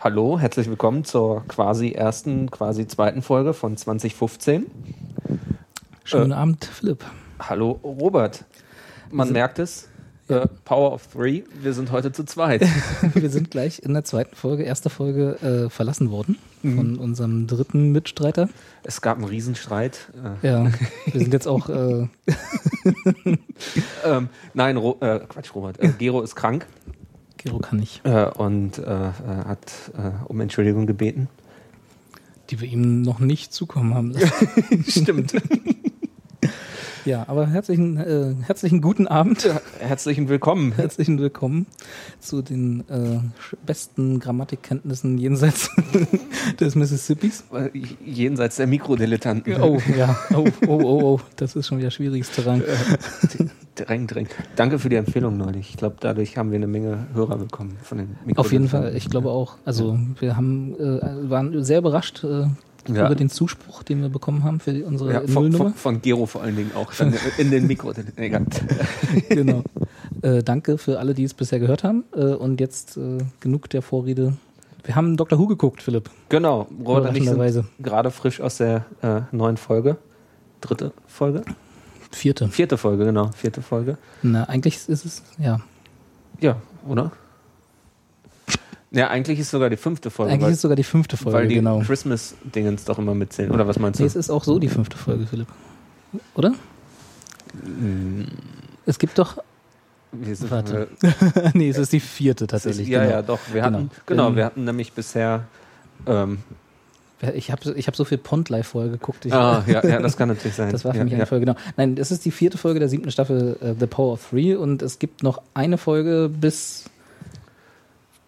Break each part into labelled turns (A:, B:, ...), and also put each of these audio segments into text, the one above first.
A: Hallo, herzlich willkommen zur quasi ersten, quasi zweiten Folge von 2015.
B: Schönen Abend, Philipp.
A: Hallo Robert. Man merkt es. Äh, Power of Three, wir sind heute zu zweit.
B: Wir sind gleich in der zweiten Folge, erster Folge, äh, verlassen worden von unserem dritten Mitstreiter.
A: es gab einen Riesenstreit. Äh,
B: Ja, wir sind jetzt auch, äh,
A: ähm, nein, Ro äh, Quatsch, Robert. Äh, Gero ist krank
B: Gero kann ich,
A: äh, und äh, äh, hat äh, um Entschuldigung gebeten.
B: die wir ihm noch nicht zukommen haben lassen.
A: Stimmt.
B: Ja, aber herzlichen, äh, herzlichen guten Abend.
A: Herzlichen Willkommen.
B: Herzlichen Willkommen zu den äh, sch- besten Grammatikkenntnissen jenseits des Mississippis.
A: Äh, Jenseits der Mikrodilettanten.
B: Oh, ja. Oh, oh, oh, oh. Das ist schon wieder schwieriges Terrain.
A: Dräng, dräng. Danke für die Empfehlung neulich. Ich glaube, dadurch haben wir eine Menge Hörer bekommen von den Mikrodilettanten.
B: Auf jeden Fall, ich glaube auch. Also wir haben, äh, waren sehr überrascht äh,
A: Ja.
B: über den Zuspruch, den wir bekommen haben für unsere
A: Ja, von,
B: Nullnummer.
A: von, von Gero vor allen Dingen auch. Dann in den Mikrodilettanten. Egal.
B: genau. Äh, danke für alle, die es bisher gehört haben. Äh, und jetzt äh, genug der Vorrede. Wir haben Dr. Who geguckt, Philipp.
A: Genau, Robert und ich sind
B: Überraschenderweise.
A: gerade frisch aus der äh, neuen Folge. Dritte Folge?
B: Vierte.
A: Vierte Folge, genau. Vierte Folge.
B: Na, eigentlich ist es, ja.
A: Ja, oder? Ja, eigentlich ist sogar die fünfte Folge,
B: Eigentlich
A: weil,
B: ist es sogar die fünfte Folge,
A: weil die
B: genau.
A: Christmas-Dingens doch immer mitzählen. Oder was meinst
B: Nee,
A: du?
B: es ist auch so die fünfte Folge, Philipp. Oder? Es gibt doch.
A: Hm, Wir sind,
B: Warte.
A: äh,
B: nee, es ist die vierte
A: es ist,
B: tatsächlich.
A: ja,
B: genau.
A: ja, doch. Wir hatten,
B: Genau.
A: genau, wir hatten nämlich bisher. Ähm,
B: Ich habe ich hab so viel Pondlei-Folge geguckt. Ich,
A: ah, ja, ja, das kann natürlich sein.
B: Das war für
A: ja,
B: mich eine
A: ja.
B: Folge, genau. Nein, das ist die vierte Folge der siebten Staffel äh, The Power of Three und es gibt noch eine Folge bis,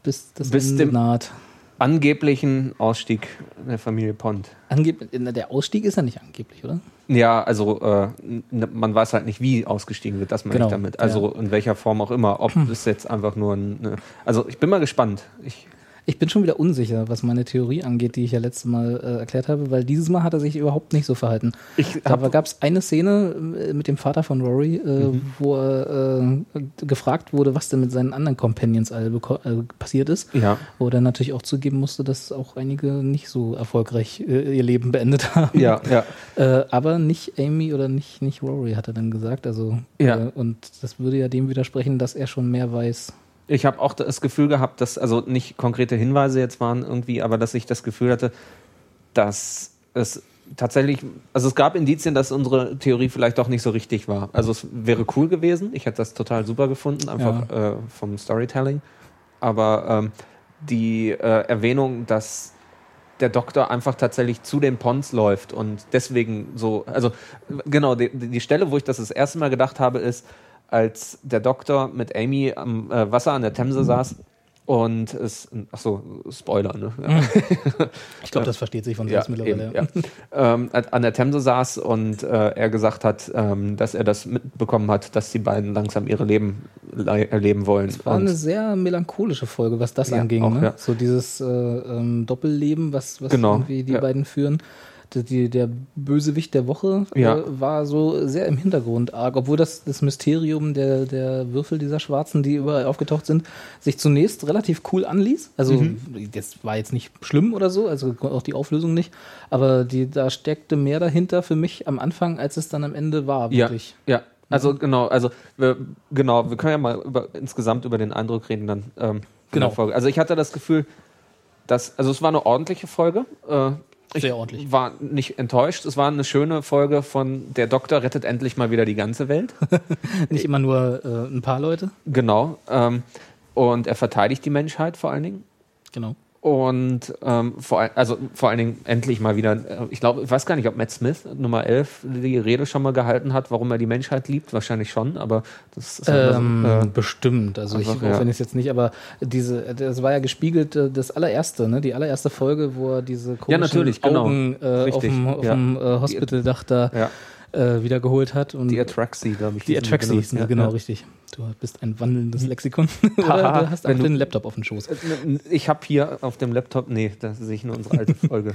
B: bis das
A: Bis
B: Ende
A: dem-
B: naht.
A: Angeblichen Ausstieg der Familie Pond.
B: Angeb na, der Ausstieg ist ja nicht angeblich, oder?
A: Ja, also äh, n- man weiß halt nicht, wie ausgestiegen wird, das meine
B: Genau,
A: ich damit. Also in welcher Form auch immer, ob es jetzt einfach nur ein, ne- Also ich bin mal gespannt. Ich,
B: Ich bin schon wieder unsicher, was meine Theorie angeht, die ich ja letztes Mal äh, erklärt habe, weil dieses Mal hat er sich überhaupt nicht so verhalten.
A: ich
B: Da
A: hab, Mhm.
B: gab es eine Szene äh, mit dem Vater von Rory, äh, wo er äh, gefragt wurde, was denn mit seinen anderen Companions alle beko- äh, passiert ist.
A: ja,
B: Wo er dann natürlich auch zugeben musste, dass auch einige nicht so erfolgreich äh, ihr Leben beendet haben.
A: ja, ja.
B: Äh, aber nicht Amy oder nicht, nicht Rory, hat er dann gesagt. Also,
A: Ja.
B: äh, und das würde ja dem widersprechen, dass er schon mehr weiß.
A: Ich habe auch das Gefühl gehabt, dass, also nicht konkrete Hinweise jetzt waren irgendwie, aber dass ich das Gefühl hatte, dass es tatsächlich, also es gab Indizien, dass unsere Theorie vielleicht doch nicht so richtig war. Also es wäre cool gewesen, ich hätte das total super gefunden, einfach äh, vom Storytelling. Aber ähm, die äh, Erwähnung, dass der Doktor einfach tatsächlich zu den Pons läuft und deswegen so, also genau, die, die Stelle, wo ich das das erste Mal gedacht habe, ist, als der Doktor mit Amy am äh, Wasser an der Themse
B: Mhm.
A: saß und es, ach so, Spoiler, ne?
B: Ich glaube, das versteht sich von
A: Ja,
B: selbst mittlerweile.
A: eben, ja. ähm, an an der Themse saß und äh, er gesagt hat, ähm, dass er das mitbekommen hat, dass die beiden langsam ihre Leben lei- erleben wollen.
B: War eine
A: Und
B: sehr melancholische Folge, was das
A: Ja,
B: anging.
A: auch,
B: ne?
A: ja.
B: So dieses äh, ähm, Doppelleben, was, was
A: Genau,
B: irgendwie die
A: ja.
B: beiden führen. Die, die, der Bösewicht der Woche
A: Ja.
B: äh, war so sehr im Hintergrund arg, obwohl das, das Mysterium der, der Würfel dieser Schwarzen, die überall aufgetaucht sind, sich zunächst relativ cool anließ. Also
A: Mhm.
B: das war jetzt nicht schlimm oder so, also auch die Auflösung nicht, aber die, da steckte mehr dahinter für mich am Anfang, als es dann am Ende war,
A: ja,
B: wirklich. Mhm.
A: ja. Also genau, also wir, genau, wir können ja mal über, insgesamt über den Eindruck reden dann. Ähm, von
B: Genau.
A: der Folge. Also ich hatte das Gefühl, dass, also es war eine ordentliche Folge. Äh, ich
B: Sehr ordentlich.
A: war nicht enttäuscht. Es war eine schöne Folge von Der Doktor rettet endlich mal wieder die ganze Welt.
B: Nicht immer nur äh, ein paar Leute.
A: Genau. Ähm, und er verteidigt die Menschheit vor allen Dingen.
B: Genau.
A: Und ähm, vor, all- also vor allen Dingen endlich mal wieder, äh, ich glaube, ich weiß gar nicht, ob Matt Smith Nummer 11 die Rede schon mal gehalten hat, warum er die Menschheit liebt. Wahrscheinlich schon, aber das ist ja
B: Ähm,
A: immer so,
B: bestimmt, also ich,
A: einfach,
B: auch
A: ja.
B: wenn ich es jetzt nicht, aber diese, das war ja gespiegelt, äh, das allererste, ne? die allererste Folge, wo er diese komischen
A: natürlich, genau.
B: Augen äh, auf
A: Richtig,
B: dem, auf
A: ja.
B: dem äh, Hospitaldach da
A: äh, ja.
B: äh, wiedergeholt hat. Und
A: Die Atraxi, glaube ich.
B: die
A: hießen die,
B: Atraxi,
A: genau.
B: genau,
A: Ja,
B: genau
A: ja.
B: richtig. Du bist ein wandelndes Lexikon. Oder du hast auch
A: wenn du-
B: den Laptop auf dem Schoß.
A: Ich habe hier auf dem Laptop, nee, da sehe ich nur unsere alte Folge.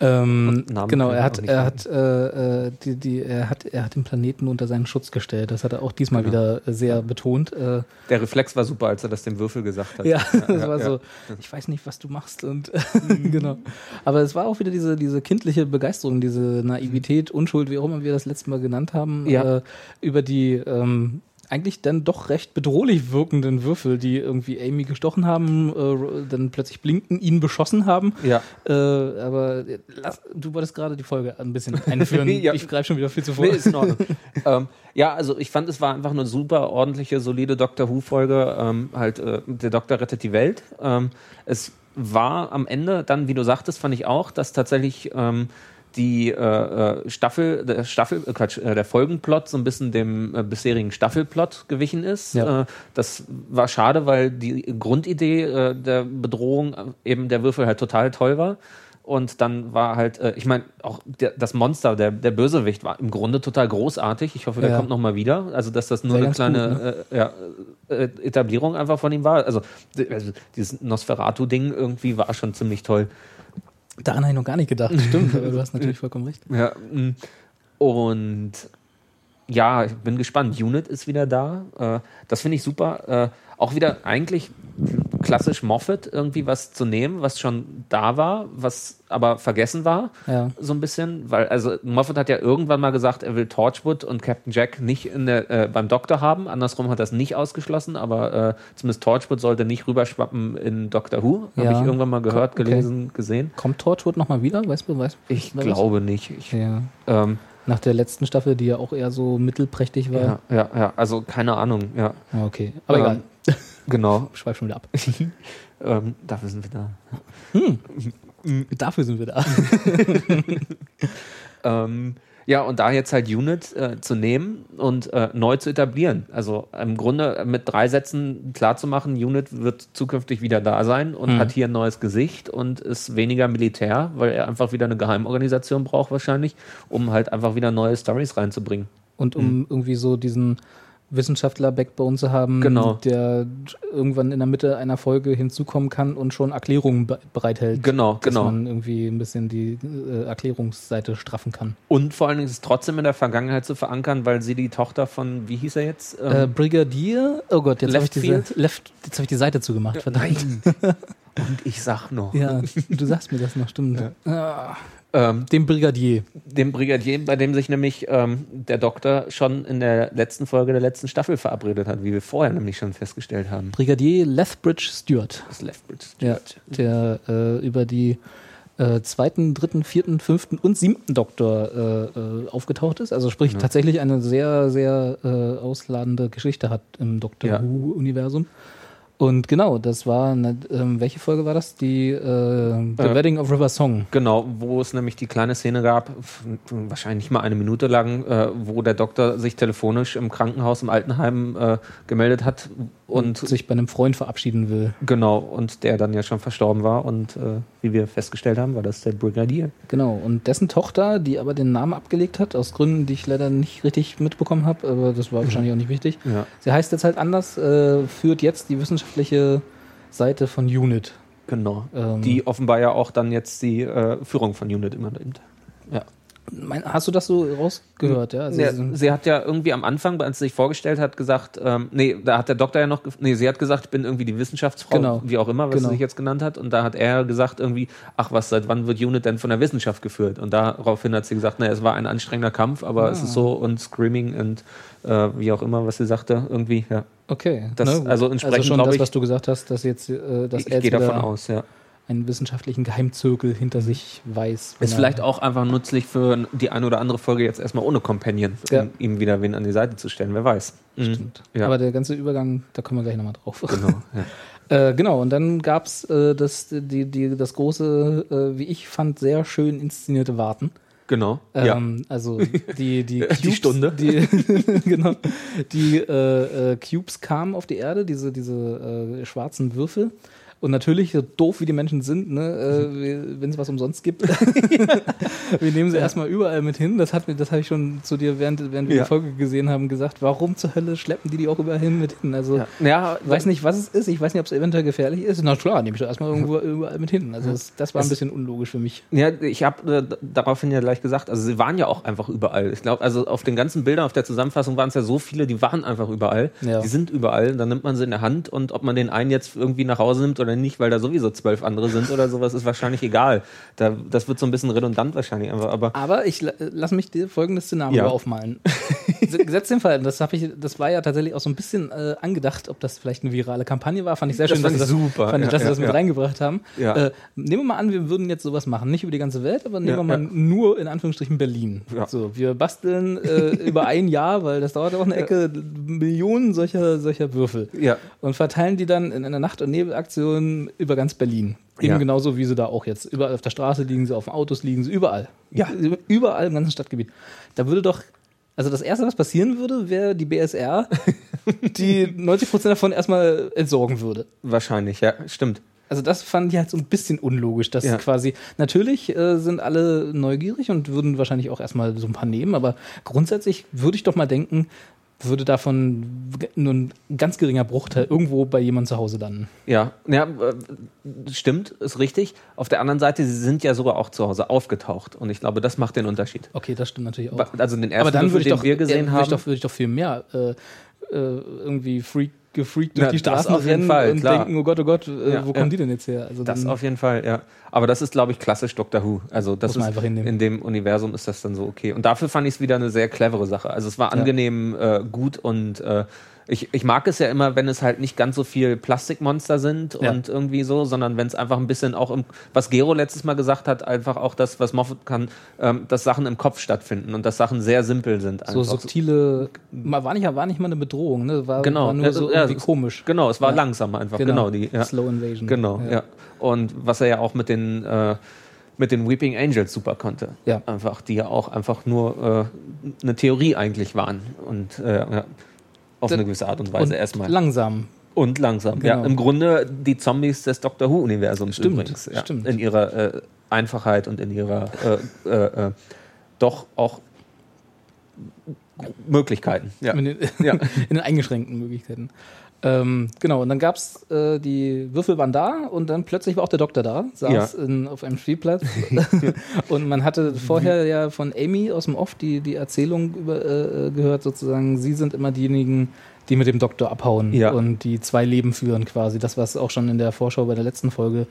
A: Ja.
B: Ähm,
A: Und Namen
B: genau,
A: kann ich
B: er
A: auch
B: hat,
A: nicht
B: er
A: nennen.
B: hat, äh, äh, die, die, er hat, er hat den Planeten unter seinen Schutz gestellt. Das hat er auch diesmal
A: Genau.
B: wieder äh, sehr betont. Äh,
A: Der Reflex war super, als er das dem Würfel gesagt hat.
B: ja, das
A: ja, Mhm.
B: war
A: ja.
B: so, ich weiß nicht, was du machst und genau. Aber es war auch wieder diese, diese kindliche Begeisterung, diese Naivität, Unschuld, wie auch immer wir das letzte Mal genannt haben,
A: Mhm. Ja.
B: äh, über die ähm, eigentlich dann doch recht bedrohlich wirkenden Würfel, die irgendwie Amy gestochen haben, äh, dann plötzlich blinkten, ihn beschossen haben.
A: Ja.
B: Äh, aber lass, du wolltest gerade die Folge ein bisschen einführen.
A: Ja.
B: Ich greife schon wieder viel zu vor.
A: Nee, ist in Ordnung. ähm, ja, also ich fand, es war einfach eine super ordentliche, solide Doctor Who-Folge. Ähm, halt, äh, der Doktor rettet die Welt. Ähm, es war am Ende dann, wie du sagtest, fand ich auch, dass tatsächlich ähm, die äh, äh, Staffel, der Staffel, äh, Quatsch, äh, der Folgenplot so ein bisschen dem äh, bisherigen Staffelplot gewichen ist.
B: Ja.
A: Äh, das war schade, weil die Grundidee äh, der Bedrohung äh, eben der Würfel halt total toll war. Und dann war halt, äh, ich meine, auch der, das Monster, der, der Bösewicht war im Grunde total großartig. Ich hoffe, der
B: Ja.
A: kommt nochmal wieder. Also, dass das nur eine
B: Wäre ganz ne?
A: kleine äh, ja, äh, Etablierung einfach von ihm war. Also, d- also dieses Nosferatu-Ding irgendwie war schon ziemlich toll.
B: Daran habe ich noch gar nicht gedacht. Stimmt, aber du hast natürlich vollkommen recht.
A: Ja, mm. und ja, ich bin gespannt. Unit ist wieder da. Äh, das finde ich super. Äh, auch wieder eigentlich klassisch Moffat irgendwie was zu nehmen, was schon da war, was aber vergessen war.
B: Ja.
A: So ein bisschen, weil also Moffat hat ja irgendwann mal gesagt, er will Torchwood und Captain Jack nicht in der, äh, beim Doktor haben. Andersrum hat er es nicht ausgeschlossen, aber äh, zumindest Torchwood sollte nicht rüberschwappen in Doctor Who. Habe
B: Ja.
A: ich irgendwann mal gehört,
B: Okay.
A: gelesen, gesehen.
B: Kommt Torchwood nochmal wieder? Weißt du, weißt du?
A: Ich
B: weißt du?
A: glaube nicht. Ich,
B: Ja.
A: ähm,
B: Nach der letzten Staffel, die ja auch eher so mittelprächtig
A: Ja,
B: war.
A: ja, ja, also keine Ahnung, ja,
B: Ja. Ah, Okay. Aber
A: Ähm,
B: egal,
A: genau.
B: schweif schon wieder ab.
A: Ähm, dafür sind wir da.
B: Dafür sind wir da.
A: Ähm, ja, und da jetzt halt Unit äh, zu nehmen und äh, neu zu etablieren. Also im Grunde mit drei Sätzen klarzumachen, Unit wird zukünftig wieder da sein und
B: Mhm.
A: hat hier ein neues Gesicht und ist weniger Militär, weil er einfach wieder eine Geheimorganisation braucht wahrscheinlich, um halt einfach wieder neue Stories reinzubringen.
B: Und um irgendwie so diesen Wissenschaftler-Backbone zu haben,
A: Genau.
B: der irgendwann in der Mitte einer Folge hinzukommen kann und schon Erklärungen be bereithält.
A: Genau,
B: Dass
A: genau.
B: man irgendwie ein bisschen die äh, Erklärungsseite straffen kann.
A: Und vor allen Dingen ist es trotzdem in der Vergangenheit zu verankern, weil sie die Tochter von, wie hieß er jetzt? Ähm,
B: Äh, Brigadier, oh Gott, jetzt habe ich, diese-
A: Leftfield?
B: Left, jetzt hab ich die Seite zugemacht, verdammt.
A: und Ähm, ich sag noch.
B: Ja, du sagst mir das noch, stimmt. Ah,
A: Ähm,
B: dem Brigadier.
A: dem Brigadier, bei dem sich nämlich ähm, der Doktor schon in der letzten Folge der letzten Staffel verabredet hat, wie wir vorher nämlich schon festgestellt haben.
B: Brigadier Lethbridge Stewart.
A: Das Leftbridge
B: Ja,
A: Stewart.
B: der äh, über die äh, zweiten, dritten, vierten, fünften und siebten Doktor äh, äh, aufgetaucht ist. Also sprich tatsächlich eine sehr, sehr äh, ausladende Geschichte hat im Doctor
A: Ja.
B: Who-Universum. Und genau, das war, eine, ähm, welche Folge war das? Die äh, The
A: Äh.
B: Wedding of River Song.
A: Genau, wo es nämlich die kleine Szene gab, f- wahrscheinlich nicht mal eine Minute lang, äh, wo der Doktor sich telefonisch im Krankenhaus, im Altenheim äh, gemeldet hat und
B: sich bei einem Freund verabschieden will.
A: genau, und der dann ja schon verstorben war und äh, wie wir festgestellt haben, war das der Brigadier.
B: Genau, und dessen Tochter, die aber den Namen abgelegt hat, aus Gründen, die ich leider nicht richtig mitbekommen habe, aber das
A: Mhm.
B: war wahrscheinlich auch nicht wichtig.
A: Ja.
B: Sie heißt jetzt halt anders, äh, führt jetzt die wissenschaftliche Seite von Unit.
A: Genau.
B: Ähm,
A: Die offenbar ja auch dann jetzt die äh, Führung von Unit immer nimmt.
B: mein, hast du das so rausgehört? Ja, also,
A: Ja,
B: sie-
A: sie hat ja irgendwie am Anfang, als sie sich vorgestellt hat, gesagt, ähm, nee, da hat der Doktor ja noch, gef- nee, sie hat gesagt, ich bin irgendwie die Wissenschaftsfrau,
B: Genau.
A: wie auch immer, was
B: Genau.
A: sie sich jetzt genannt hat. Und da hat er gesagt irgendwie, ach was, seit wann wird Unit denn von der Wissenschaft geführt? Und daraufhin hat sie gesagt, naja, es war ein anstrengender Kampf, aber
B: Ah.
A: es ist so und Screaming und äh, wie auch immer, was sie sagte, irgendwie, ja.
B: okay.
A: das-
B: gut.
A: also entsprechend
B: also schon
A: glaub
B: das,
A: ich-
B: was du gesagt hast, dass jetzt, äh, dass
A: Ich, ich
B: er jetzt
A: gehe davon
B: wieder
A: aus, ja.
B: einen wissenschaftlichen Geheimzirkel hinter sich weiß. wenn
A: Ist
B: er-
A: vielleicht auch einfach nützlich für die eine oder andere Folge jetzt erstmal ohne Companion,
B: Ja.
A: um ihm wieder wen an die Seite zu stellen, wer weiß. Mhm.
B: Stimmt.
A: Ja.
B: Aber der ganze Übergang, da kommen wir gleich nochmal drauf.
A: Genau, ja.
B: Äh, genau, und dann gab es äh, das, die, die, das große, äh, wie ich fand, sehr schön inszenierte Warten.
A: genau. ja.
B: Ähm, Also die, die, Cubes,
A: Stunde.
B: Die, genau, die äh, äh, Cubes kamen auf die Erde, diese, diese äh, schwarzen Würfel. Und natürlich, so doof wie die Menschen sind, ne,
A: Mhm.
B: äh, wenn es was umsonst gibt, wir nehmen sie erstmal überall mit hin. Das, hat mir- das habe ich schon zu dir, während, während wir
A: Ja.
B: die Folge gesehen haben, gesagt. Warum zur Hölle schleppen die die auch überall hin mit hin? Also,
A: Ja, ja
B: ich weiß nicht, was es ist. Ich weiß nicht, ob es eventuell gefährlich ist. Na klar, nehme ich doch erstmal irgendwo überall mit hin. Also, das, das war ein
A: Es-
B: bisschen unlogisch für mich.
A: Ja, ich habe äh, d- daraufhin ja gleich gesagt, also sie waren ja auch einfach überall. Ich glaube, also auf den ganzen Bildern, auf der Zusammenfassung waren es ja so viele, die waren einfach überall.
B: Ja.
A: Die sind überall, dann nimmt man sie in der Hand und ob man den einen jetzt irgendwie nach Hause nimmt oder nicht, weil da sowieso zwölf andere sind oder sowas, ist wahrscheinlich egal. Da, das wird so ein bisschen redundant wahrscheinlich einfach, aber
B: Aber ich la- lass mich dir folgendes Szenario
A: Ja.
B: aufmalen. Se- Gesetzt den Fall, das, hab ich, das war ja tatsächlich auch so ein bisschen äh, angedacht, ob das vielleicht eine virale Kampagne war. Fand ich sehr
A: Das
B: schön,
A: fand
B: dass,
A: ich
B: sie das,
A: super.
B: Fand,
A: Ja,
B: ich, dass sie
A: ja,
B: das mit
A: ja.
B: reingebracht haben.
A: Ja.
B: Äh, nehmen wir mal an, wir würden jetzt sowas machen. Nicht über die ganze Welt, aber nehmen
A: Ja,
B: wir mal
A: ja.
B: nur in Anführungsstrichen Berlin.
A: Ja.
B: So, wir basteln äh, über ein Jahr, weil das dauert ja auch eine Ecke, Millionen solcher, solcher Würfel.
A: ja.
B: Und verteilen die dann in einer Nacht- und Nebelaktion über ganz Berlin. Eben
A: Ja.
B: genauso, wie sie da auch jetzt. Überall auf der Straße liegen sie, auf den Autos liegen sie, überall.
A: Ja.
B: Überall im ganzen Stadtgebiet. Da würde doch, also das Erste, was passieren würde, wäre die BSR, die 90% davon erstmal entsorgen würde.
A: Wahrscheinlich, ja, stimmt.
B: Also das fand ich halt so ein bisschen unlogisch, dass
A: Ja.
B: quasi, natürlich äh, sind alle neugierig und würden wahrscheinlich auch erstmal so ein paar nehmen, aber grundsätzlich würde ich doch mal denken, würde davon g- nur ein ganz geringer Bruchteil irgendwo bei jemandem zu Hause landen.
A: Ja, ja, äh, stimmt, ist richtig. Auf der anderen Seite, sie sind ja sogar auch zu Hause aufgetaucht und ich glaube, das macht den Unterschied.
B: Okay, das stimmt natürlich auch.
A: Also den ersten,
B: aber dann
A: Würfel,
B: würde ich
A: den
B: doch,
A: wir gesehen
B: äh, würde
A: haben.
B: ich doch, würde ich doch viel mehr äh, äh, irgendwie freak, gefreakt durch
A: Na,
B: die
A: das
B: Straßen
A: auf jeden
B: rennen
A: Fall,
B: und
A: klar.
B: denken, oh Gott, oh Gott, äh,
A: Ja,
B: wo kommen
A: ja.
B: die denn jetzt her? Also
A: Das
B: dann,
A: auf jeden Fall, ja. Aber das ist, glaube ich, klassisch Doctor Who. Also das
B: Muss man
A: ist,
B: einfach hinnehmen.
A: in dem Universum ist das dann so okay. Und dafür fand ich es wieder eine sehr clevere Sache. Also es war angenehm äh, gut und äh, ich, ich mag es ja immer, wenn es halt nicht ganz so viel Plastikmonster sind
B: Ja.
A: und irgendwie so, sondern wenn es einfach ein bisschen auch im, was Gero letztes Mal gesagt hat, einfach auch das, was Moffat kann, ähm, dass Sachen im Kopf stattfinden und dass Sachen sehr simpel sind.
B: so
A: Einfach.
B: subtile, mal- war nicht, war nicht mal eine Bedrohung, ne? war,
A: Genau.
B: war nur
A: Ja,
B: so
A: ja,
B: irgendwie
A: es-
B: komisch.
A: Genau, es war
B: Ja.
A: langsam einfach. Genau, die, ja.
B: Slow Invasion.
A: Genau, ja. Und was er ja auch mit den, äh, mit den Weeping Angels super konnte.
B: Ja.
A: Einfach, die ja auch einfach nur äh, eine Theorie eigentlich waren. Und äh, ja, auf
B: Da-
A: eine gewisse Art und Weise
B: und
A: erstmal.
B: Langsam.
A: und langsam. Ja,
B: Genau.
A: im Grunde die Zombies des Doctor Who-Universums
B: Stimmt,
A: übrigens. Ja,
B: stimmt.
A: In ihrer äh, Einfachheit und in ihrer äh, äh, äh, doch auch Möglichkeiten. Ja.
B: In, den,
A: Ja.
B: in den eingeschränkten Möglichkeiten. Ähm, genau, und dann gab es, äh, die Würfel waren da und dann plötzlich war auch der Doktor da, saß
A: Ja.
B: in, auf einem Spielplatz. und man hatte vorher ja von Amy aus dem Off die, die Erzählung über, äh, äh, gehört, sozusagen, sie sind immer diejenigen, die mit dem Doktor abhauen
A: Ja.
B: und die zwei Leben führen quasi. Das, was auch schon in der Vorschau bei der letzten Folge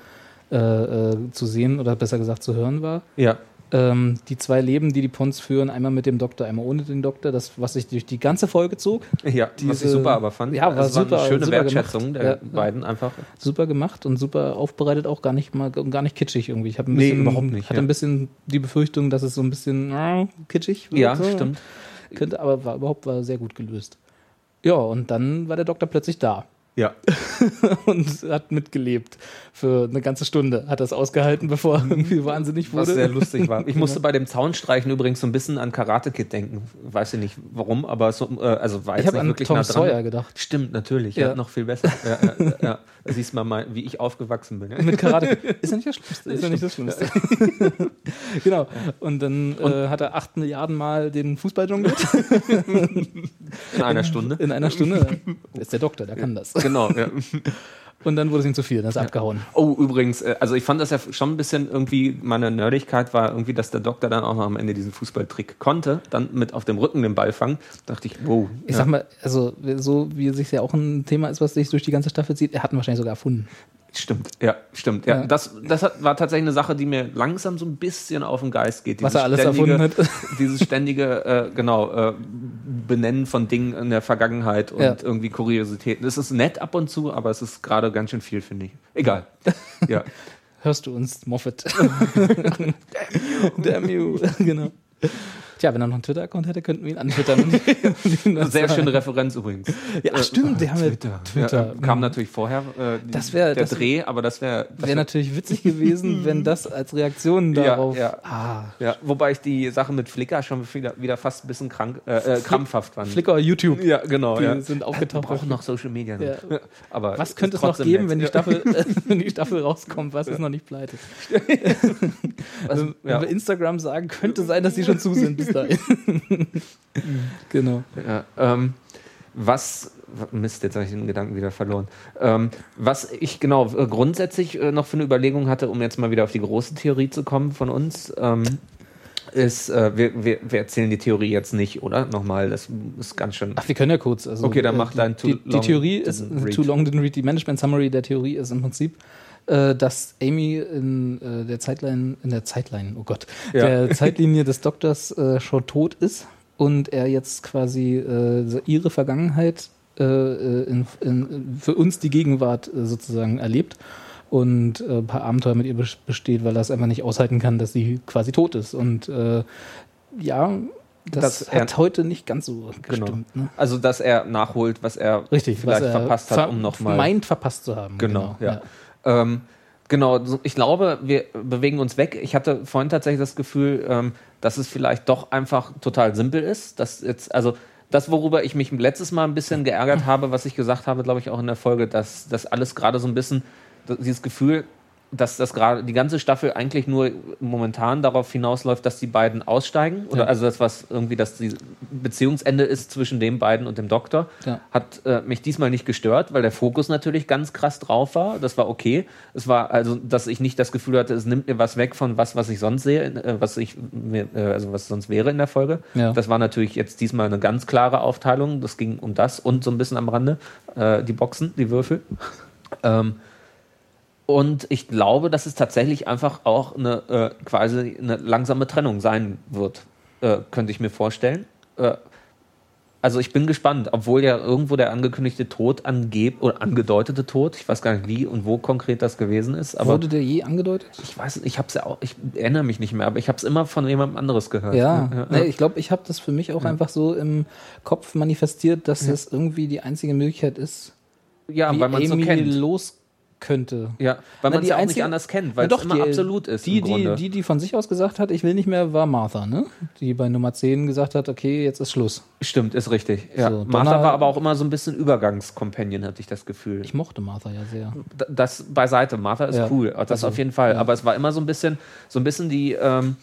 B: äh, äh, zu sehen oder besser gesagt zu hören war.
A: ja.
B: Ähm, die zwei Leben, die die Pons führen, einmal mit dem Doktor, einmal ohne den Doktor, das, was sich durch die ganze Folge zog,
A: Ja, was
B: Diese-
A: ich super aber fand. Also
B: Ja, war
A: es war
B: super-
A: eine schöne
B: super gemacht.
A: Wertschätzung der
B: Ja.
A: beiden einfach.
B: super gemacht und super aufbereitet, auch gar nicht mal gar nicht kitschig irgendwie. Ich habe ein
A: Nee,
B: bisschen,
A: überhaupt nicht,
B: hatte
A: ja.
B: ein bisschen die Befürchtung, dass es so ein bisschen äh, kitschig wird.
A: Ja,
B: so.
A: stimmt.
B: Könnte, aber war überhaupt war sehr gut gelöst. Ja, und dann war der Doktor plötzlich da
A: Ja.
B: und hat mitgelebt. Für eine ganze Stunde hat das ausgehalten, bevor er irgendwie wahnsinnig wurde.
A: Was sehr lustig war. Ich musste bei dem Zaunstreichen übrigens so ein bisschen an Karate Kid denken. Weiß ich nicht warum, aber so, äh, also war
B: ich
A: jetzt
B: habe
A: nicht
B: an
A: wirklich
B: Tom
A: nah dran.
B: Sawyer gedacht.
A: Stimmt, natürlich.
B: Ja.
A: Ja. noch viel besser. Ja, ja, ja. Da siehst du mal, mein- wie ich aufgewachsen bin.
B: Mit Karate. Ist ja nicht das Schlimmste. Ist ja nicht das Schlimmste. genau. Und dann äh, hat er acht Milliarden Mal den Fußball jongliert
A: In einer Stunde.
B: in einer Stunde. Das ist der Doktor, der kann das.
A: Genau, ja.
B: Und dann wurde es ihm zu viel, dann ist er abgehauen.
A: Oh, übrigens, äh, also ich fand das ja schon ein bisschen irgendwie, meine Nerdigkeit war irgendwie, dass der Doktor dann auch noch am Ende diesen Fußballtrick konnte, dann mit auf dem Rücken den Ball fangen. Dachte ich, wow.
B: Ich sag mal, also so wie es sich ja auch ein Thema ist, was sich durch die ganze Staffel zieht, er hat ihn wahrscheinlich sogar erfunden.
A: Stimmt, ja, stimmt. Ja,
B: Ja.
A: Das, das hat, war tatsächlich eine Sache, die mir langsam so ein bisschen auf den Geist geht.
B: Was
A: Dieses
B: er alles
A: ständige-
B: erfunden hat.
A: Dieses ständige, äh, genau, äh, Benennen von Dingen in der Vergangenheit und
B: Ja.
A: irgendwie Kuriositäten. Es ist nett ab und zu, aber es ist gerade ganz schön viel, finde ich. Egal. Ja.
B: Hörst du uns, Moffat? Damn you. genau. Tja, wenn er noch einen Twitter-Account hätte, könnten wir ihn antwittern. und ihn das
A: Sehr
B: sagen.
A: schöne Referenz übrigens.
B: Ja, stimmt, die haben ja äh, Twitter.
A: Ja, kam natürlich vorher äh,
B: mhm. Das wär-
A: der
B: das-
A: Dreh, aber das wäre. Das
B: Wäre natürlich witzig gewesen, wenn das als Reaktion
A: Ja,
B: darauf.
A: ja.
B: Ah,
A: ja, wobei ich die Sache mit Flickr schon wieder, wieder fast ein bisschen krank, äh, äh, krampfhaft fand.
B: Flickr oder YouTube.
A: Ja, genau.
B: Die
A: ja.
B: sind
A: Wir
B: aufgetaucht.
A: brauchen noch Social Media. ne?
B: Ja.
A: Aber
B: Was
A: ist
B: könnte es noch
A: trotzdem
B: geben,
A: nett.
B: wenn die,
A: Ja.
B: Staffel, wenn die Staffel rauskommt? Was ist noch nicht pleite?
A: Also,
B: Wenn
A: ja.
B: wir Instagram sagen, könnte sein, dass die schon zu sind bis dahin. genau.
A: Ja, ähm, was, Mist, jetzt habe ich den Gedanken wieder verloren. Ähm, was ich genau äh, grundsätzlich äh, noch für eine Überlegung hatte, um jetzt mal wieder auf die große Theorie zu kommen von uns, ähm, ist, äh, wir, wir, wir erzählen die Theorie jetzt nicht, oder? Nochmal, das ist ganz schön.
B: Ach, wir können ja kurz. Also,
A: Okay, dann
B: äh,
A: mach
B: die-
A: dein Too
B: die, die
A: Long
B: Theorie ist
A: Didn't Read.
B: Too Long Didn't Read. Die Management Summary der Theorie ist im Prinzip, äh, dass Amy in äh, der Zeitline, in der Zeitline, oh Gott,
A: Ja.
B: der Zeitlinie des Doktors äh, schon tot ist und er jetzt quasi äh, so ihre Vergangenheit äh, in, in, für uns die Gegenwart äh, sozusagen erlebt und äh, ein paar Abenteuer mit ihr bes- besteht, weil er es einfach nicht aushalten kann, dass sie quasi tot ist. Und äh, ja, das,
A: Das
B: hat heute nicht ganz so
A: Genau.
B: gestimmt. Ne?
A: Also, dass er nachholt, was er
B: Richtig,
A: vielleicht
B: was er
A: verpasst hat,
B: ver-
A: um nochmal.
B: meint verpasst zu haben.
A: Genau, ja. Ähm, genau, so- ich glaube, wir bewegen uns weg. Ich hatte vorhin tatsächlich das Gefühl, ähm, dass es vielleicht doch einfach total simpel ist. Dass jetzt, also das, worüber ich mich letztes Mal ein bisschen geärgert habe, was ich gesagt habe, glaube ich, auch in der Folge, dass das alles gerade so ein bisschen, dass dieses Gefühl, dass das gerade die ganze Staffel eigentlich nur momentan darauf hinausläuft, dass die beiden aussteigen oder
B: Ja.
A: also das was irgendwie das die Beziehungsende ist zwischen den beiden und dem Doktor
B: Ja.
A: hat äh, mich diesmal nicht gestört, weil der Fokus natürlich ganz krass drauf war. Das war okay. Es war also, dass ich nicht das Gefühl hatte, es nimmt mir was weg von was, was ich sonst sehe, in- äh, was ich mir, äh, also was sonst wäre in der Folge.
B: Ja.
A: Das war natürlich jetzt diesmal eine ganz klare Aufteilung. Das ging um das und so ein bisschen am Rande äh, die Boxen, die Würfel. Ähm, und ich glaube, dass es tatsächlich einfach auch eine äh, quasi eine langsame Trennung sein wird, äh, könnte ich mir vorstellen. Äh, also ich bin gespannt, obwohl ja irgendwo der angekündigte Tod angeb oder angedeutete Tod, ich weiß gar nicht wie und wo konkret das gewesen ist, aber
B: Wurde der je angedeutet?
A: ich weiß, ich habe es ja auch, ich erinnere mich nicht mehr, aber ich habe es immer von jemandem anderes gehört.
B: Ja,
A: ja,
B: Nee, ich glaube, ich habe das für mich auch einfach so im Kopf manifestiert, dass das irgendwie die einzige Möglichkeit ist,
A: ja weil man es so
B: Amy
A: kennt.
B: los könnte.
A: Ja, weil
B: Na,
A: man es
B: die
A: ja auch nicht
B: einzige-
A: anders kennt, weil
B: Ja,
A: es immer absolut ist.
B: Die,
A: im Grunde.
B: die, die, die von sich aus gesagt hat, ich will nicht mehr, war Martha, ne? Die bei Nummer 10 gesagt hat, okay, jetzt ist Schluss.
A: Stimmt, ist richtig. Ja.
B: So,
A: Martha
B: Donna-
A: war aber auch immer so ein bisschen Übergangscompanion, hatte ich das Gefühl.
B: Ich mochte Martha ja sehr.
A: D- das beiseite. Martha ist
B: Ja.
A: cool, das
B: Also,
A: auf jeden Fall.
B: ja.
A: Aber es war immer so ein bisschen, so ein bisschen die, ähm,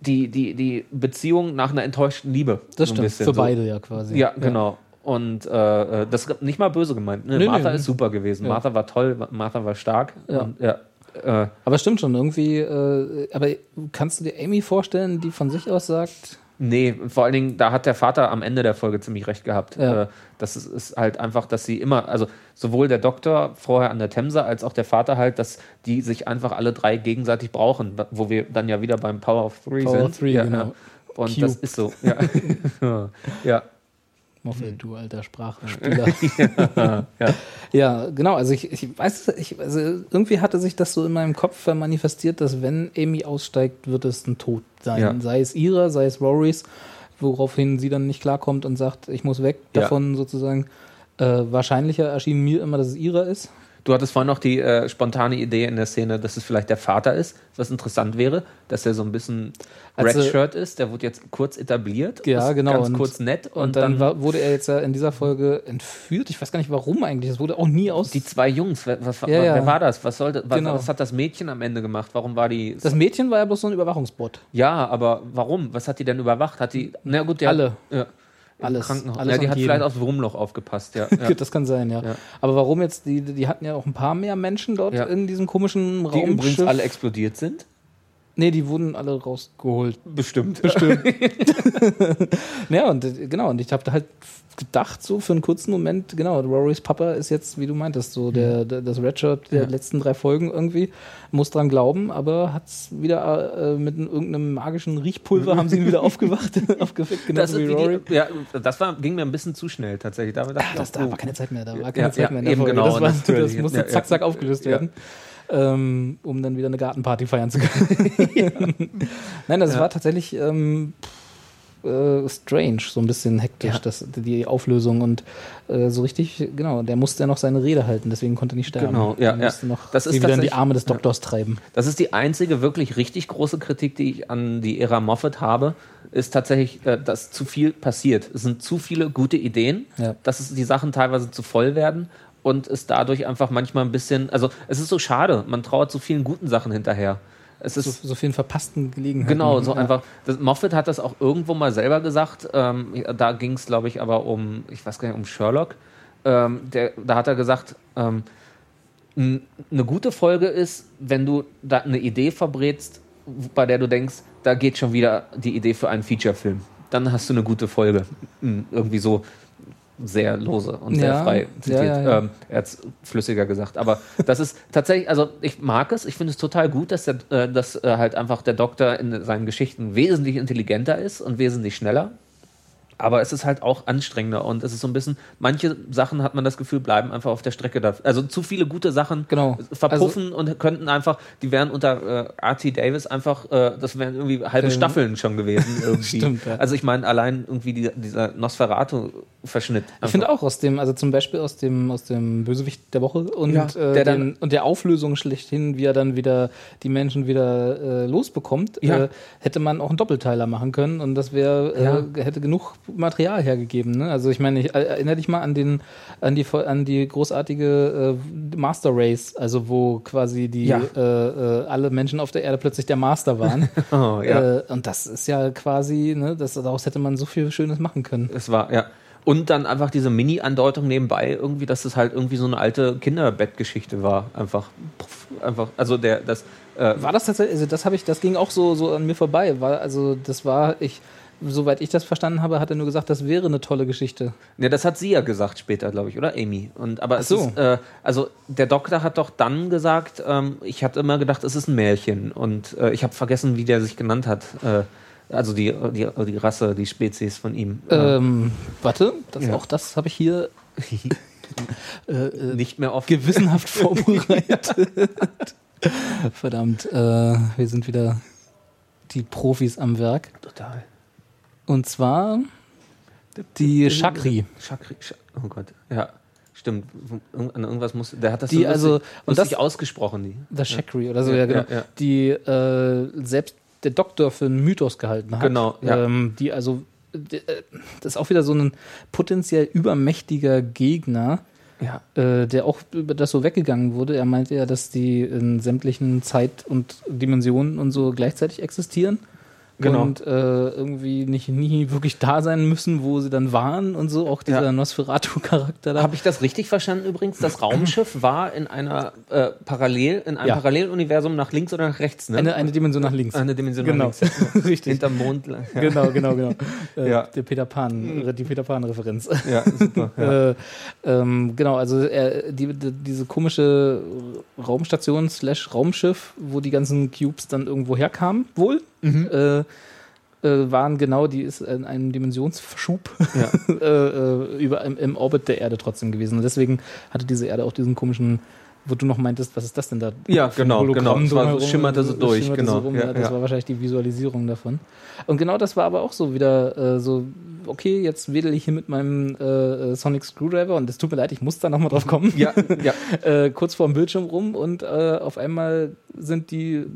A: die, die, die Beziehung nach einer enttäuschten Liebe.
B: Das
A: so ein
B: stimmt,
A: bisschen
B: für
A: so.
B: beide ja quasi.
A: Ja, genau. Und äh, äh, das ist nicht mal böse gemeint. Ne?
B: Nee,
A: Martha
B: nee.
A: ist super gewesen.
B: Ja.
A: Martha war toll, Martha war stark.
B: Ja.
A: Und, ja. Äh,
B: Aber stimmt schon, irgendwie, äh, aber kannst du dir Amy vorstellen, die von sich aus sagt,
A: Nee, vor allen Dingen, da hat der Vater am Ende der Folge ziemlich recht gehabt.
B: Ja.
A: Äh, Das ist, ist halt einfach, dass sie immer, also sowohl der Doktor vorher an der Themse als auch der Vater halt, dass die sich einfach alle drei gegenseitig brauchen, wo wir dann ja wieder beim Power of Three
B: Power
A: sind.
B: of Three,
A: ja,
B: genau.
A: ja. Und
B: Cube.
A: das ist so. Ja. ja.
B: Moffel, du alter Sprachspieler.
A: ja.
B: ja, genau. Also ich, ich weiß, ich, also irgendwie hatte sich das so in meinem Kopf vermanifestiert, dass wenn Amy aussteigt, wird es ein Tod sein.
A: Ja.
B: Sei es ihrer, sei es Rorys, woraufhin sie dann nicht klarkommt und sagt, ich muss weg
A: Ja.
B: davon sozusagen. Äh, wahrscheinlicher erschien mir immer, dass es ihrer ist.
A: Du hattest vorhin noch die äh, spontane Idee in der Szene, dass es vielleicht der Vater ist, was interessant wäre, dass er so ein bisschen
B: Also-
A: Redshirt ist, der wurde jetzt kurz etabliert,
B: Ja,
A: ist
B: genau.
A: ganz
B: Und-
A: kurz nett und,
B: Und, dann, war, wurde er jetzt ja in dieser Folge entführt. Ich weiß gar nicht warum eigentlich. Es wurde auch nie aus.
A: Die zwei Jungs, wer, was,
B: Ja,
A: wer
B: ja.
A: war das? Was, sollte, was,
B: Genau.
A: was hat das Mädchen am Ende gemacht? Warum war die.
B: das Mädchen war ja bloß so ein Überwachungsbot.
A: ja, aber warum? Was hat die denn überwacht? Hat die. Na gut, die
B: Alle.
A: Hat, ja, im
B: Alles.
A: Krankenhaus.
B: Alles
A: ja, die
B: und
A: hat
B: jeden. Genau.
A: vielleicht aufs Wurmloch aufgepasst, ja. ja.
B: Das kann sein, ja.
A: Ja.
B: Aber warum jetzt, die, die hatten ja auch ein paar mehr Menschen dort
A: Ja.
B: in diesem komischen
A: die
B: Raumschiff.
A: übrigens alle explodiert sind.
B: nee, die wurden alle rausgeholt.
A: Bestimmt.
B: Ja, und äh, genau, und ich habe halt gedacht, so für einen kurzen Moment, genau, Rorys Papa ist jetzt, wie du meintest, so der, der, das Redshirt der
A: Mhm. Ja.
B: letzten drei Folgen irgendwie, muss dran glauben, aber hat's wieder äh, mit einem- irgendeinem magischen Riechpulver haben sie ihn wieder aufgewacht, aufgeweckt, genau
A: Mhm. Das,
B: wie
A: ist wie
B: Rory.
A: die, ja, das war, ging mir ein bisschen zu schnell tatsächlich. Da dachte ich
B: Ah, Das,
A: auch,
B: da
A: oh.
B: war keine Zeit mehr, da war keine
A: Ja,
B: Zeit
A: ja,
B: mehr in der
A: eben
B: Folge.
A: genau,
B: das, war, das
A: natürlich.
B: musste
A: Ja, ja.
B: zack, zack aufgelöst
A: Ja.
B: werden, ähm, um dann wieder eine Gartenparty feiern zu können. Nein, das war tatsächlich, ähm, pff, äh, strange, so ein bisschen hektisch,
A: Ja.
B: das, die Auflösung. Und äh, so richtig, genau, der musste ja noch seine Rede halten, deswegen konnte er nicht sterben.
A: Genau, ja,
B: Er
A: ja.
B: musste noch
A: Das
B: das
A: ist
B: ist wieder in die
A: tatsächlich-
B: Arme des Doktors treiben.
A: Das ist die einzige wirklich richtig große Kritik, die ich an die Ära Moffat habe, ist tatsächlich, äh, dass zu viel passiert. Es sind zu viele gute Ideen,
B: Ja.
A: dass es, die Sachen teilweise zu voll werden und es dadurch einfach manchmal ein bisschen, also es ist so schade, man trauert so vielen guten Sachen hinterher. Es
B: So,
A: ist
B: so vielen verpassten Gelegenheiten.
A: Genau, so
B: Ja.
A: einfach. Das, Moffat hat das auch irgendwo mal selber gesagt. Ähm, da ging es, glaube ich, aber um, ich weiß gar nicht, um Sherlock. Ähm, der, da hat er gesagt, ähm, n- eine gute Folge ist, wenn du da eine Idee verbrätst, w- bei der du denkst, da geht schon wieder die Idee für einen Feature-Film. Dann hast du eine gute Folge. Mhm, irgendwie so sehr lose und sehr
B: Ja,
A: frei
B: ja,
A: zitiert.
B: ja, ja.
A: Ähm, er hat es flüssiger gesagt. Aber das ist tatsächlich, also ich mag es, ich finde es total gut, dass, der, äh, dass äh, halt einfach der Doktor in seinen Geschichten wesentlich intelligenter ist und wesentlich schneller. Aber es ist halt auch anstrengender und es ist so ein bisschen, manche Sachen hat man das Gefühl, bleiben einfach auf der Strecke. Da. Also zu viele gute Sachen
B: Genau.
A: Also, verpuffen und könnten einfach, die wären unter äh, R.T. Davis einfach, äh, das wären irgendwie halbe
B: Filme.
A: Staffeln schon gewesen. Irgendwie.
B: Stimmt, ja.
A: Also ich meine, allein irgendwie die, dieser Nosferatu-Verschnitt.
B: Ich finde auch aus dem, also zum Beispiel aus dem, aus dem Bösewicht der Woche und,
A: Ja,
B: äh,
A: der dann-
B: den, und der Auflösung schlechthin, wie er dann wieder die Menschen wieder äh, losbekommt,
A: Ja.
B: äh, hätte man auch einen Doppelteiler machen können und das wäre, äh, hätte genug Material hergegeben. Ne? Also ich meine, ich äh, erinnere dich mal an den, an die Fol- an die großartige äh, Master Race, also wo quasi die
A: Ja.
B: äh, äh, alle Menschen auf der Erde plötzlich der Master waren.
A: Oh, ja.
B: äh, und das ist ja quasi, ne, das, daraus hätte man so viel Schönes machen können.
A: Es war, ja. Und dann einfach diese Mini-Andeutung nebenbei, irgendwie, dass es halt irgendwie so eine alte Kinderbettgeschichte war. Einfach, puff, einfach, also der, das, äh,
B: War das tatsächlich, also das habe ich, das ging auch so, so an mir vorbei. War, also das war, ich, soweit ich das verstanden habe, hat er nur gesagt, das wäre eine tolle Geschichte.
A: ne, das hat sie ja gesagt später, glaube ich, oder Amy. Und aber es
B: Ach so.
A: ist, äh, also der Doktor hat doch dann gesagt, ähm, ich hatte immer gedacht, es ist ein Märchen. Und äh, ich habe vergessen, wie der sich genannt hat. Äh, also die, die, die Rasse, die Spezies von ihm.
B: Ähm, warte, das,
A: Ja.
B: auch das habe ich hier äh,
A: Äh,
B: äh,
A: nicht mehr offen.
B: gewissenhaft vorbereitet. Verdammt, äh, wir sind wieder die Profis am Werk.
A: Total.
B: Und zwar die Chakri.
A: Chakri, Sch- oh Gott, ja, stimmt. Irgend- An irgendwas muss, der hat das
B: Die
A: so lustig,
B: also- und
A: lustig
B: das-
A: ausgesprochen. Die.
B: The Chakri oder so,
A: Ja,
B: ja, genau.
A: ja, ja.
B: Die äh, selbst der Doktor für einen Mythos gehalten hat.
A: Genau, ja.
B: Ähm, die also, die, äh, das ist auch wieder so ein potenziell übermächtiger Gegner,
A: Ja,
B: äh, der auch über das so weggegangen wurde. Er meinte ja, dass die in sämtlichen Zeit- und Dimensionen und so gleichzeitig existieren.
A: Genau.
B: Und äh, irgendwie nicht nie wirklich da sein müssen, wo sie dann waren und so. Auch dieser
A: Ja.
B: Nosferatu-Charakter da.
A: Habe ich das richtig verstanden übrigens? Das Raumschiff war in einer äh, Parallel, in einem
B: Ja.
A: Paralleluniversum nach links oder nach rechts, ne?
B: eine, eine Dimension nach links.
A: Eine Dimension
B: genau,
A: nach links.
B: richtig.
A: Hinterm Mond lang. Ja,
B: Genau, genau, genau. Äh,
A: Ja.
B: Der Peter Pan, die Peter Pan-Referenz.
A: ja super. Ja.
B: Äh, ähm, genau, also er, die, die, diese komische Raumstation slash Raumschiff, wo die ganzen Cubes dann irgendwo herkamen, wohl,
A: Mhm.
B: äh, äh, waren genau, die ist in einem Dimensionsverschub
A: Ja.
B: äh, äh, über, im, im Orbit der Erde trotzdem gewesen. Und deswegen hatte diese Erde auch diesen komischen wo du noch meintest, was ist das denn da?
A: Ja,
B: für ein
A: genau, genau. Es war-
B: drumherum?
A: schimmerte so
B: Das
A: durch,
B: schimmerte
A: genau.
B: So rum,
A: Ja,
B: ja, das
A: ja.
B: war wahrscheinlich die Visualisierung davon. Und genau das war aber auch so wieder äh, so, okay, jetzt wedel ich hier mit meinem äh, äh, Sonic Screwdriver und es tut mir leid, ich muss da nochmal drauf kommen.
A: ja, ja.
B: äh, kurz vorm Bildschirm rum und äh, auf einmal sind die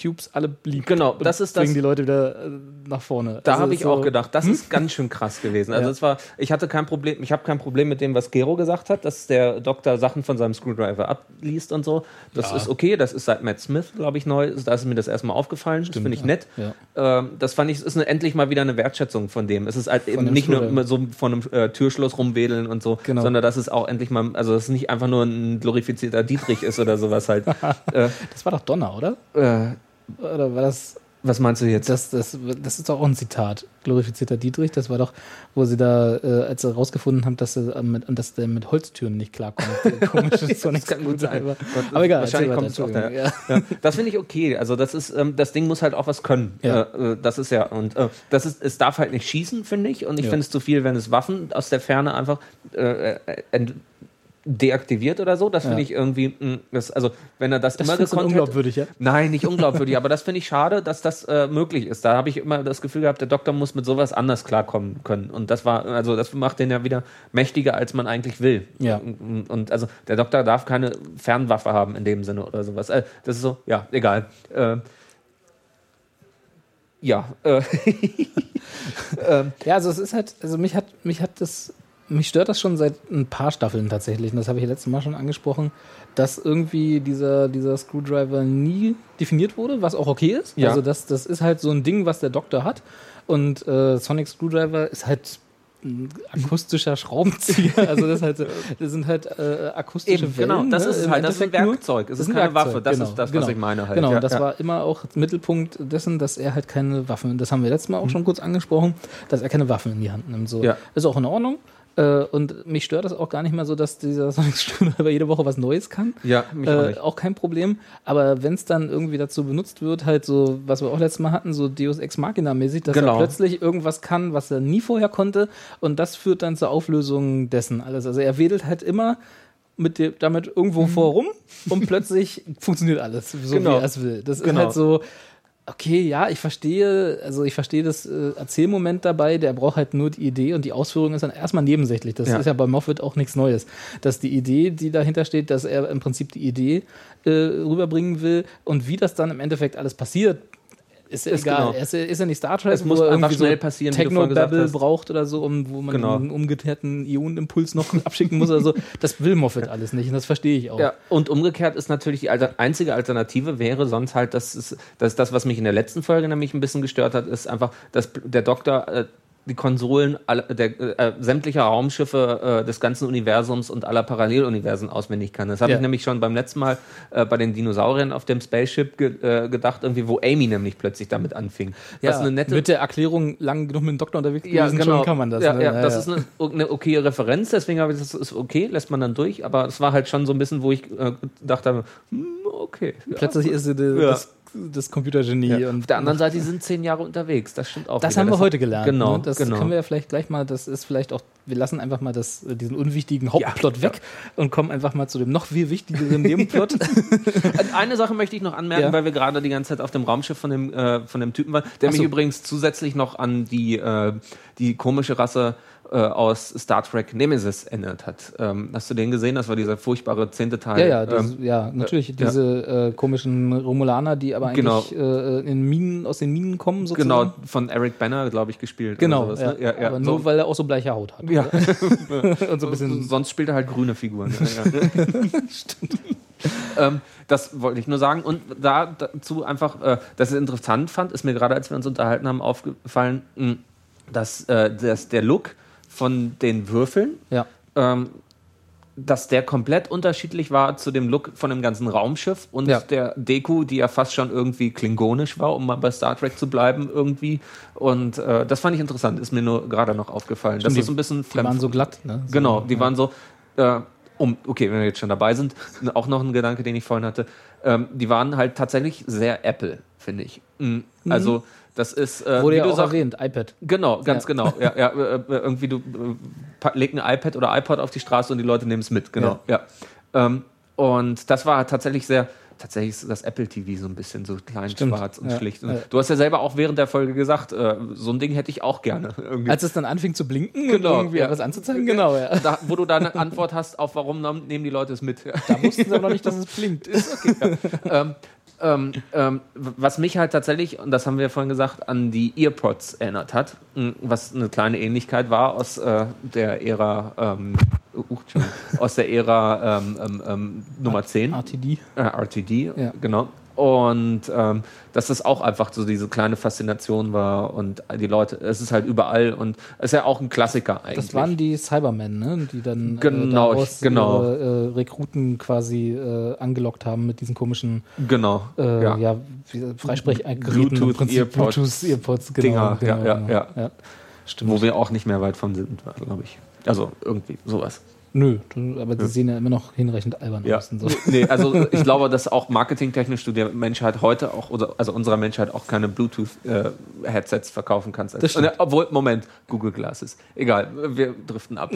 B: Cubes alle blieb.
A: Genau,
B: Und
A: das ist
B: bringen
A: das-
B: die Leute wieder äh, nach vorne.
A: Da
B: Also
A: habe ich
B: so-
A: auch gedacht, das ist ganz schön krass gewesen. Also
B: Ja.
A: es war, ich hatte kein Problem, ich habe kein Problem mit dem, was Gero gesagt hat, dass der Doktor Sachen von seinem Screwdriver abliest und so. Das
B: Ja.
A: ist okay, das ist seit Matt Smith, glaube ich, neu. Da ist mir das erstmal aufgefallen. das finde ich nett.
B: Ja.
A: Ähm, das fand ich, es ist eine, endlich mal wieder eine Wertschätzung von dem. Es ist halt eben
B: dem
A: nicht nur
B: Screwdriver.
A: immer so von einem äh, Türschloss rumwedeln und so,
B: Genau.
A: sondern dass es auch endlich mal, also dass es nicht einfach nur ein glorifizierter Dietrich ist oder sowas halt.
B: Das war doch Donner, oder?
A: Äh,
B: Oder war das
A: was meinst du jetzt?
B: Das, das, das ist doch auch ein Zitat. Glorifizierter Dietrich, das war doch, wo sie da, äh, als sie herausgefunden haben, dass, sie, ähm, mit, dass der mit Holztüren nicht klarkommt. Komisches Sonic
A: kann gut sein.
B: Screwdriver.
A: Gott,
B: Aber egal,
A: wahrscheinlich
B: erzähl
A: kommt es
B: weiter,
A: auch da.
B: Entschuldigung.
A: Ja, das finde ich okay. Also das ist, ähm, das Ding muss halt auch was können.
B: Ja.
A: Äh, äh, das ist ja und äh, das ist, es darf halt nicht schießen, finde ich. Und ich
B: Ja.
A: finde es zu viel, wenn es Waffen aus der Ferne einfach äh, ent, deaktiviert oder so. Das finde
B: Ja.
A: ich irgendwie, mh, das, also wenn er das,
B: Das
A: immer
B: findest du
A: gekonnt hätte,
B: unglaubwürdig, ja?
A: Nein, nicht unglaubwürdig, aber das finde ich schade, dass das äh, möglich ist. Da habe ich immer das Gefühl gehabt, der Doktor muss mit sowas anders klarkommen können. Und das war, also das macht den ja wieder mächtiger, als man eigentlich will.
B: Ja.
A: Und, und also der Doktor darf keine Fernwaffe haben in dem Sinne oder sowas. Äh, das ist so, ja, egal. Äh, ja, äh,
B: Ja, also es ist halt, also mich hat, mich hat das, mich stört das schon seit ein paar Staffeln tatsächlich, und das habe ich letztes Mal schon angesprochen, dass irgendwie dieser, dieser Screwdriver nie definiert wurde, was auch okay ist.
A: Ja.
B: Also das, das ist halt so ein Ding, was der Doktor hat. Und äh, Sonic Screwdriver ist halt ein akustischer Schraubenzieher. Also das, ist halt so, das sind halt äh, akustische
A: eben,
B: Wellen.
A: genau. Das
B: ne,
A: ist
B: im
A: halt, das ist ein
B: Endeffekt nur.
A: Werkzeug. Es
B: Das
A: ist
B: ein
A: keine
B: Werkzeug,
A: Waffe. Das
B: genau,
A: ist das,
B: genau.
A: was ich meine halt.
B: Genau,
A: ja,
B: das
A: ja.
B: war immer auch Mittelpunkt dessen, dass er halt keine Waffen, das haben wir letztes Mal auch schon kurz angesprochen, dass er keine Waffen in die Hand nimmt. So.
A: Mhm. Ja.
B: Ist auch in Ordnung. Äh, Und mich stört das auch gar nicht mehr so, dass dieser Sonic Screwdriver jede Woche was Neues kann.
A: Ja, mich auch
B: äh,
A: nicht.
B: auch kein Problem. Aber wenn es dann irgendwie dazu benutzt wird, halt so, was wir auch letztes Mal hatten, so Deus Ex Machina mäßig, dass
A: Genau.
B: er plötzlich irgendwas kann, was er nie vorher konnte. Und das führt dann zur Auflösung dessen alles. Also er wedelt halt immer mit dir damit irgendwo vor rum und plötzlich funktioniert alles, so
A: Mhm. Genau.
B: wie er es will. Das
A: Genau.
B: ist halt so, okay, ja, ich verstehe, also ich verstehe das äh, Erzählmoment dabei, der braucht halt nur die Idee und die Ausführung ist dann erstmal nebensächlich. Das
A: Ja.
B: ist ja bei Moffat auch nichts Neues. Dass die Idee, die dahinter steht, dass er im Prinzip die Idee äh, rüberbringen will und wie das dann im Endeffekt alles passiert, ist ja
A: Ist
B: egal.
A: genau.
B: Ist, ja- ist ja nicht Star Trek,
A: Es muss
B: wo er
A: einfach
B: irgendwie
A: schnell passieren, wie du vorhin gesagt
B: Techno-Babble
A: hast.
B: braucht oder so, um, wo man
A: Genau.
B: einen umgekehrten Ionenimpuls noch abschicken muss oder so. Das will Moffat alles nicht und das verstehe ich auch.
A: Ja, und umgekehrt ist natürlich die alter einzige Alternative wäre sonst halt, dass, es, dass das, was mich in der letzten Folge nämlich ein bisschen gestört hat, ist einfach, dass der Doktor äh, die Konsolen aller- der, äh, sämtlicher Raumschiffe äh, des ganzen Universums und aller Paralleluniversen auswendig kann. Das habe
B: Ja.
A: ich nämlich schon beim letzten Mal äh, bei den Dinosauriern auf dem Spaceship ge äh, gedacht, irgendwie, wo Amy nämlich plötzlich damit anfing.
B: Ja,
A: Was eine nette
B: mit der Erklärung lang genug mit dem Doktor unterwegs gewesen, schon kann man das.
A: ja,
B: ne?
A: ja, das ist eine, eine okaye Referenz, deswegen habe ich das ist okay, lässt man dann durch, aber es war halt schon so ein bisschen, wo ich äh, gedacht habe, hm, okay. Ja.
B: Plötzlich ist sie die, das, das Computergenie.
A: Ja.
B: Und
A: Auf der anderen Seite, die sind zehn Jahre unterwegs, das stimmt auch.
B: das
A: wieder.
B: haben wir heute gelernt.
A: Genau,
B: ne? Das
A: genau.
B: können wir ja vielleicht gleich mal, das ist vielleicht auch, wir lassen einfach mal das, diesen unwichtigen Hauptplot weg und kommen einfach mal zu dem noch viel wichtigeren Nebenplot.
A: Und Äh, eine Sache möchte ich noch anmerken,
B: Ja.
A: weil wir gerade die ganze Zeit auf dem Raumschiff von dem, äh, von dem Typen waren, der
B: Ach
A: mich
B: so.
A: übrigens zusätzlich noch an die, äh, die komische Rasse äh, aus Star Trek Nemesis erinnert hat. Ähm, hast du den gesehen? Das war dieser furchtbare zehnte Teil.
B: ja, ja, das,
A: ähm,
B: ja, natürlich.
A: ja.
B: Diese äh, komischen Romulaner, die aber eigentlich
A: Genau.
B: äh, in Minen, aus den Minen kommen, sozusagen.
A: genau, von Eric Banner, glaube ich, gespielt.
B: Genau,
A: oder
B: ja.
A: sowas, ne? ja. Ja,
B: aber
A: so-
B: nur weil er auch so bleiche Haut hat.
A: Ja,
B: Und so ein bisschen
A: sonst spielt er halt grüne Figuren. Ja, ja. ähm, das wollte ich nur sagen. Und da, dazu einfach, äh, dass ich es interessant fand, ist mir gerade, als wir uns unterhalten haben, aufgefallen, mh, dass, äh, dass der Look von den Würfeln,
B: Ja.
A: ähm, dass der komplett unterschiedlich war zu dem Look von dem ganzen Raumschiff und
B: Ja.
A: der Deko, die ja fast schon irgendwie klingonisch war, um mal bei Star Trek zu bleiben irgendwie. Und äh, das fand ich interessant, ist mir nur gerade noch aufgefallen.
B: Stimmt,
A: das ist ein bisschen
B: Die waren so glatt, ne? So,
A: Genau, die
B: ja.
A: waren so, äh, um, okay, wenn wir jetzt schon dabei sind, auch noch ein Gedanke, den ich vorhin hatte. Ähm, die waren halt tatsächlich sehr Apple, finde ich. Mhm. Also, das ist, äh,
B: Wurde
A: wie
B: ja
A: du
B: auch
A: sagst,
B: erwähnt, iPad.
A: genau, ganz
B: Ja.
A: genau. Ja, ja, äh, äh, irgendwie, du äh, pa- leg ein iPad oder iPod auf die Straße und die Leute nehmen es mit, genau. Ja. Ähm, und das war tatsächlich sehr. Tatsächlich ist das Apple TV so ein bisschen so klein,
B: Stimmt.
A: schwarz und
B: Ja,
A: schlicht.
B: ja.
A: Du hast ja selber auch während der Folge gesagt, äh, so ein Ding hätte ich auch gerne. Irgendwie.
B: Als es dann anfing zu blinken
A: Genau,
B: und irgendwie
A: ja.
B: was anzuzeigen, genau, ja.
A: da, wo du da eine Antwort hast auf, warum nam- nehmen die Leute es mit.
B: Da wussten sie aber noch nicht, dass es blinkt.
A: ähm, ähm, ähm, w- was mich halt tatsächlich, und das haben wir vorhin gesagt, an die Earpods erinnert hat, m, was eine kleine Ähnlichkeit war aus äh, der Ära, ähm, uh, Entschuldigung, aus der Ära ähm, ähm, ähm, Nummer 10,
B: RTD.
A: äh, RTD,
B: Ja.
A: genau. Und ähm, dass das auch einfach so diese kleine Faszination war und die Leute, es ist halt überall und es ist ja auch ein Klassiker eigentlich.
B: Das waren die Cybermen, ne? die dann
A: Genau,
B: äh, daraus
A: ich- genau.
B: ihre äh, Rekruten quasi äh, angelockt haben mit diesen komischen
A: genau.
B: äh, ja.
A: ja.
B: Ja, wie- Freisprechgeräten.
A: Bluetooth, Earpods,
B: Bluetooth, Earpods, genau.
A: Dinger, ja,
B: genau,
A: ja,
B: genau.
A: ja.
B: Stimmt.
A: Wo wir auch nicht mehr weit von sind, glaube ich. Also irgendwie sowas.
B: Nö, aber die sehen ja immer noch hinreichend albern
A: Ja.
B: aus. Und so.
A: Nee, also ich glaube, dass auch marketingtechnisch du der Menschheit heute auch, oder also unserer Menschheit auch keine Bluetooth-Headsets verkaufen kannst.
B: Das stimmt.
A: Und, äh, obwohl, Moment, Google Glasses. Egal, wir driften ab.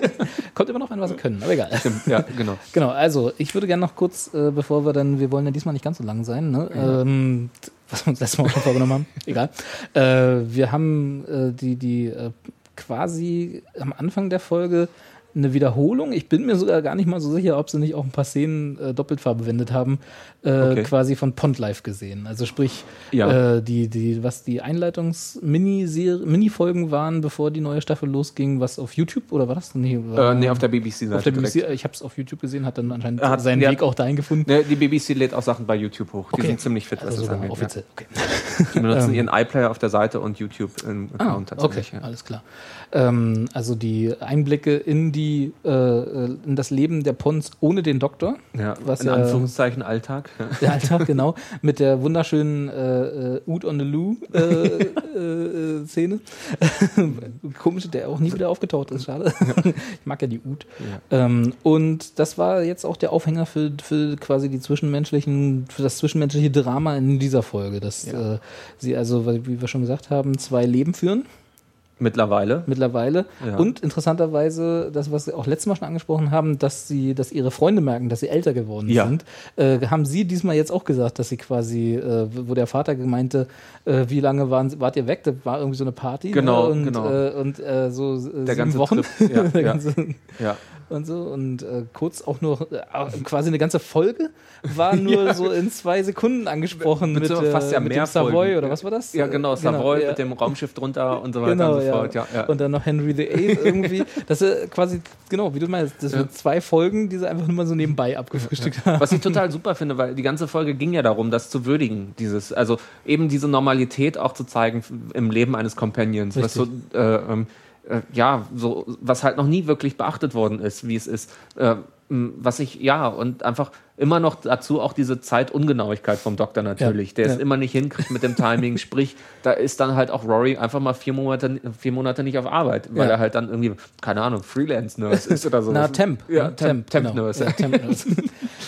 B: Kommt immer noch an, was sie können, aber egal.
A: Stimmt, ja, genau.
B: Genau, also ich würde gerne noch kurz, äh, bevor wir dann, wir wollen ja diesmal nicht ganz so lang sein, ne? ähm, t- was wir uns letztes Mal auch schon vorgenommen haben, egal. Äh, wir haben äh, die, die äh, quasi am Anfang der Folge eine Wiederholung. Ich bin mir sogar gar nicht mal so sicher, ob sie nicht auch ein paar Szenen äh, doppelt verwendet haben, äh,
A: Okay.
B: quasi von Pontlife gesehen. Also sprich,
A: Ja.
B: äh, die, die, was die Einleitungs-Mini-Folgen waren, bevor die neue Staffel losging, was auf YouTube oder war das? Nee, war-
A: Äh, nee, auf der BBC-Seite.
B: auf der BBC,
A: direkt.
B: äh, ich habe es auf YouTube gesehen, hat dann anscheinend
A: Er hat-
B: seinen
A: ja.
B: Weg auch dahin gefunden.
A: Nee, die BBC lädt auch Sachen bei YouTube hoch. Die
B: Okay.
A: sind ziemlich fit, was
B: also
A: das
B: sogar
A: angeht. Ja.
B: offiziell. Okay.
A: Die benutzen ihren iPlayer auf der Seite und YouTube im
B: Ah,
A: Account
B: okay,
A: tatsächlich. Ja.
B: alles klar. Ähm, also die Einblicke in die äh, äh, in das Leben der Pons ohne den Doktor.
A: Ja,
B: Was,
A: in
B: äh,
A: Anführungszeichen Alltag. Ja.
B: Der Alltag, genau, mit der wunderschönen äh, äh, Oot on the Loo äh, äh, äh, Szene. Komisch, der auch nie wieder aufgetaucht ist, schade. Ich mag ja die Oot. Ähm, und das war jetzt auch der Aufhänger für, für quasi die zwischenmenschlichen, für das zwischenmenschliche Drama in dieser Folge, dass
A: Ja.
B: äh, sie also, weil- wie wir schon gesagt haben, zwei Leben führen
A: Mittlerweile.
B: mittlerweile.
A: Ja.
B: Und interessanterweise, das, was wir auch letztes Mal schon angesprochen haben, dass sie, dass ihre Freunde merken, dass sie älter geworden
A: Ja.
B: sind, äh, haben sie diesmal jetzt auch gesagt, dass sie quasi, äh, wo der Vater gemeinte, äh, wie lange waren, wart ihr weg? Da war irgendwie so eine Party.
A: Genau,
B: ne? und,
A: genau.
B: Äh, und äh, so äh, sieben
A: ganze
B: Wochen.
A: Trip, ja,
B: der
A: ja.
B: ganze,
A: Ja.
B: und so und äh, kurz auch nur äh, quasi eine ganze Folge war nur so in zwei Sekunden angesprochen
A: Mit
B: mit,
A: so
B: äh,
A: fast ja
B: mit
A: mehr
B: dem Savoy
A: Folgen.
B: oder was war das?
A: ja, genau.
B: Äh,
A: Savoy
B: ja
A: mit dem Raumschiff drunter und so weiter
B: genau,
A: und so
B: ja.
A: fort. Ja, ja.
B: Und dann noch Henry VIII irgendwie. Das ist quasi, genau, wie du meinst, das sind zwei Folgen, die sie einfach nur mal so nebenbei abgefrühstückt haben.
A: Was ich total super finde, weil die ganze Folge ging ja darum, das zu würdigen, dieses, also eben diese Normalität auch zu zeigen f- im Leben eines Companions, was so,
B: Richtig.
A: äh, ähm, äh, ja, so, was halt noch nie wirklich beachtet worden ist, wie es ist, äh, m, was ich, ja, und einfach immer noch dazu auch diese Zeitungenauigkeit vom Doktor natürlich,
B: Ja,
A: der es
B: ja.
A: immer nicht hinkriegt mit dem Timing, sprich, da ist dann halt auch Rory einfach mal vier Monate, vier Monate nicht auf Arbeit, weil
B: Ja.
A: er halt dann irgendwie, keine Ahnung, Freelance-Nurse ist oder so.
B: Na, Temp.
A: Ja,
B: ne?
A: Temp, Temp,
B: genau.
A: Nurse.
B: Ja, Temp Nurse.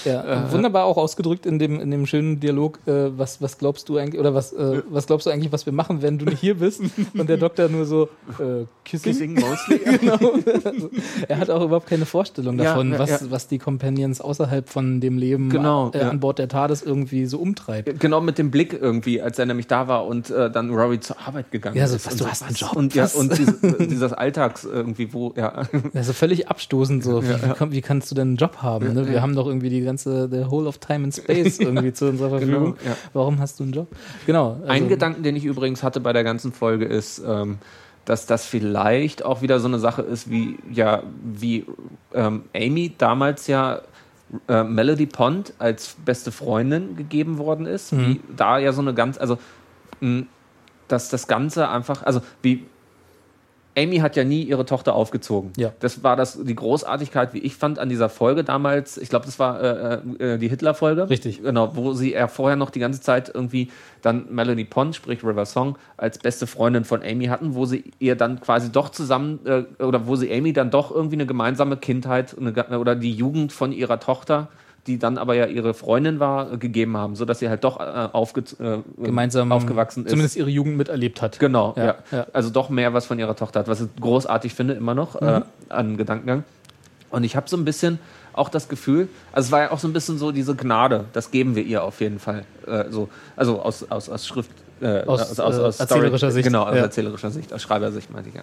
B: ja, wunderbar auch ausgedrückt in dem, in dem schönen Dialog, äh, was, was glaubst du eigentlich, oder was, äh, was glaubst du eigentlich, was wir machen, wenn du nicht hier bist? Und der Doktor nur so, äh, Kissing?
A: Kissing mostly.
B: genau. Also, er hat auch überhaupt keine Vorstellung
A: Ja,
B: davon,
A: ja,
B: was,
A: ja.
B: was die Companions außerhalb von dem Leben
A: Genau,
B: äh,
A: ja.
B: an Bord der TARDIS irgendwie so umtreibt.
A: Genau mit dem Blick irgendwie, als er nämlich da war und äh, dann Rory zur Arbeit gegangen
B: Ja, so,
A: ist.
B: was,
A: und
B: du hast einen Job,
A: Und, ja,
B: was?
A: und dieses, äh, dieses Alltags irgendwie, wo, ja.
B: Also völlig abstoßend so. Wie, wie, komm- wie kannst du denn einen Job haben? Ne? Wir haben doch irgendwie die ganze the whole of time and space irgendwie zu unserer Verfügung.
A: ja.
B: Warum hast du einen Job? Genau. Also,
A: Genau. Ein Gedanken, den ich übrigens hatte bei der ganzen Folge, ist, ähm, dass das vielleicht auch wieder so eine Sache ist, wie ja, wie ähm, Amy damals ja äh, Melody Pond als beste Freundin gegeben worden ist,
B: Mhm.
A: wie da ja so eine ganz, also mh, dass das Ganze einfach, also wie Amy hat ja nie ihre Tochter aufgezogen.
B: Ja.
A: Das war das die Großartigkeit, wie ich fand an dieser Folge damals. Ich glaube, das war äh, äh, die Hitler-Folge.
B: Richtig.
A: Genau, wo sie ja vorher noch die ganze Zeit irgendwie dann Melanie Pond, sprich River Song, als beste Freundin von Amy hatten, wo sie ihr dann quasi doch zusammen äh, oder wo sie Amy dann doch irgendwie eine gemeinsame Kindheit eine, ga- oder die Jugend von ihrer Tochter, die dann aber ja ihre Freundin war, äh, gegeben haben, sodass sie halt doch äh, aufge äh,
B: gemeinsam
A: aufgewachsen ist.
B: Zumindest ihre Jugend miterlebt hat.
A: Genau,
B: Ja,
A: ja,
B: ja.
A: Also doch mehr was von ihrer Tochter hat, was ich großartig finde immer noch
B: Mhm.
A: äh, an Gedankengang. Und ich habe so ein bisschen auch das Gefühl, also es war ja auch so ein bisschen so diese Gnade, das geben wir ihr auf jeden Fall. Äh, so, also aus, aus, aus Schrift, äh,
B: Aus, äh, erzählerischer Sicht,
A: Genau, aus
B: ja.
A: erzählerischer Sicht, aus Schreibersicht meine ich ja.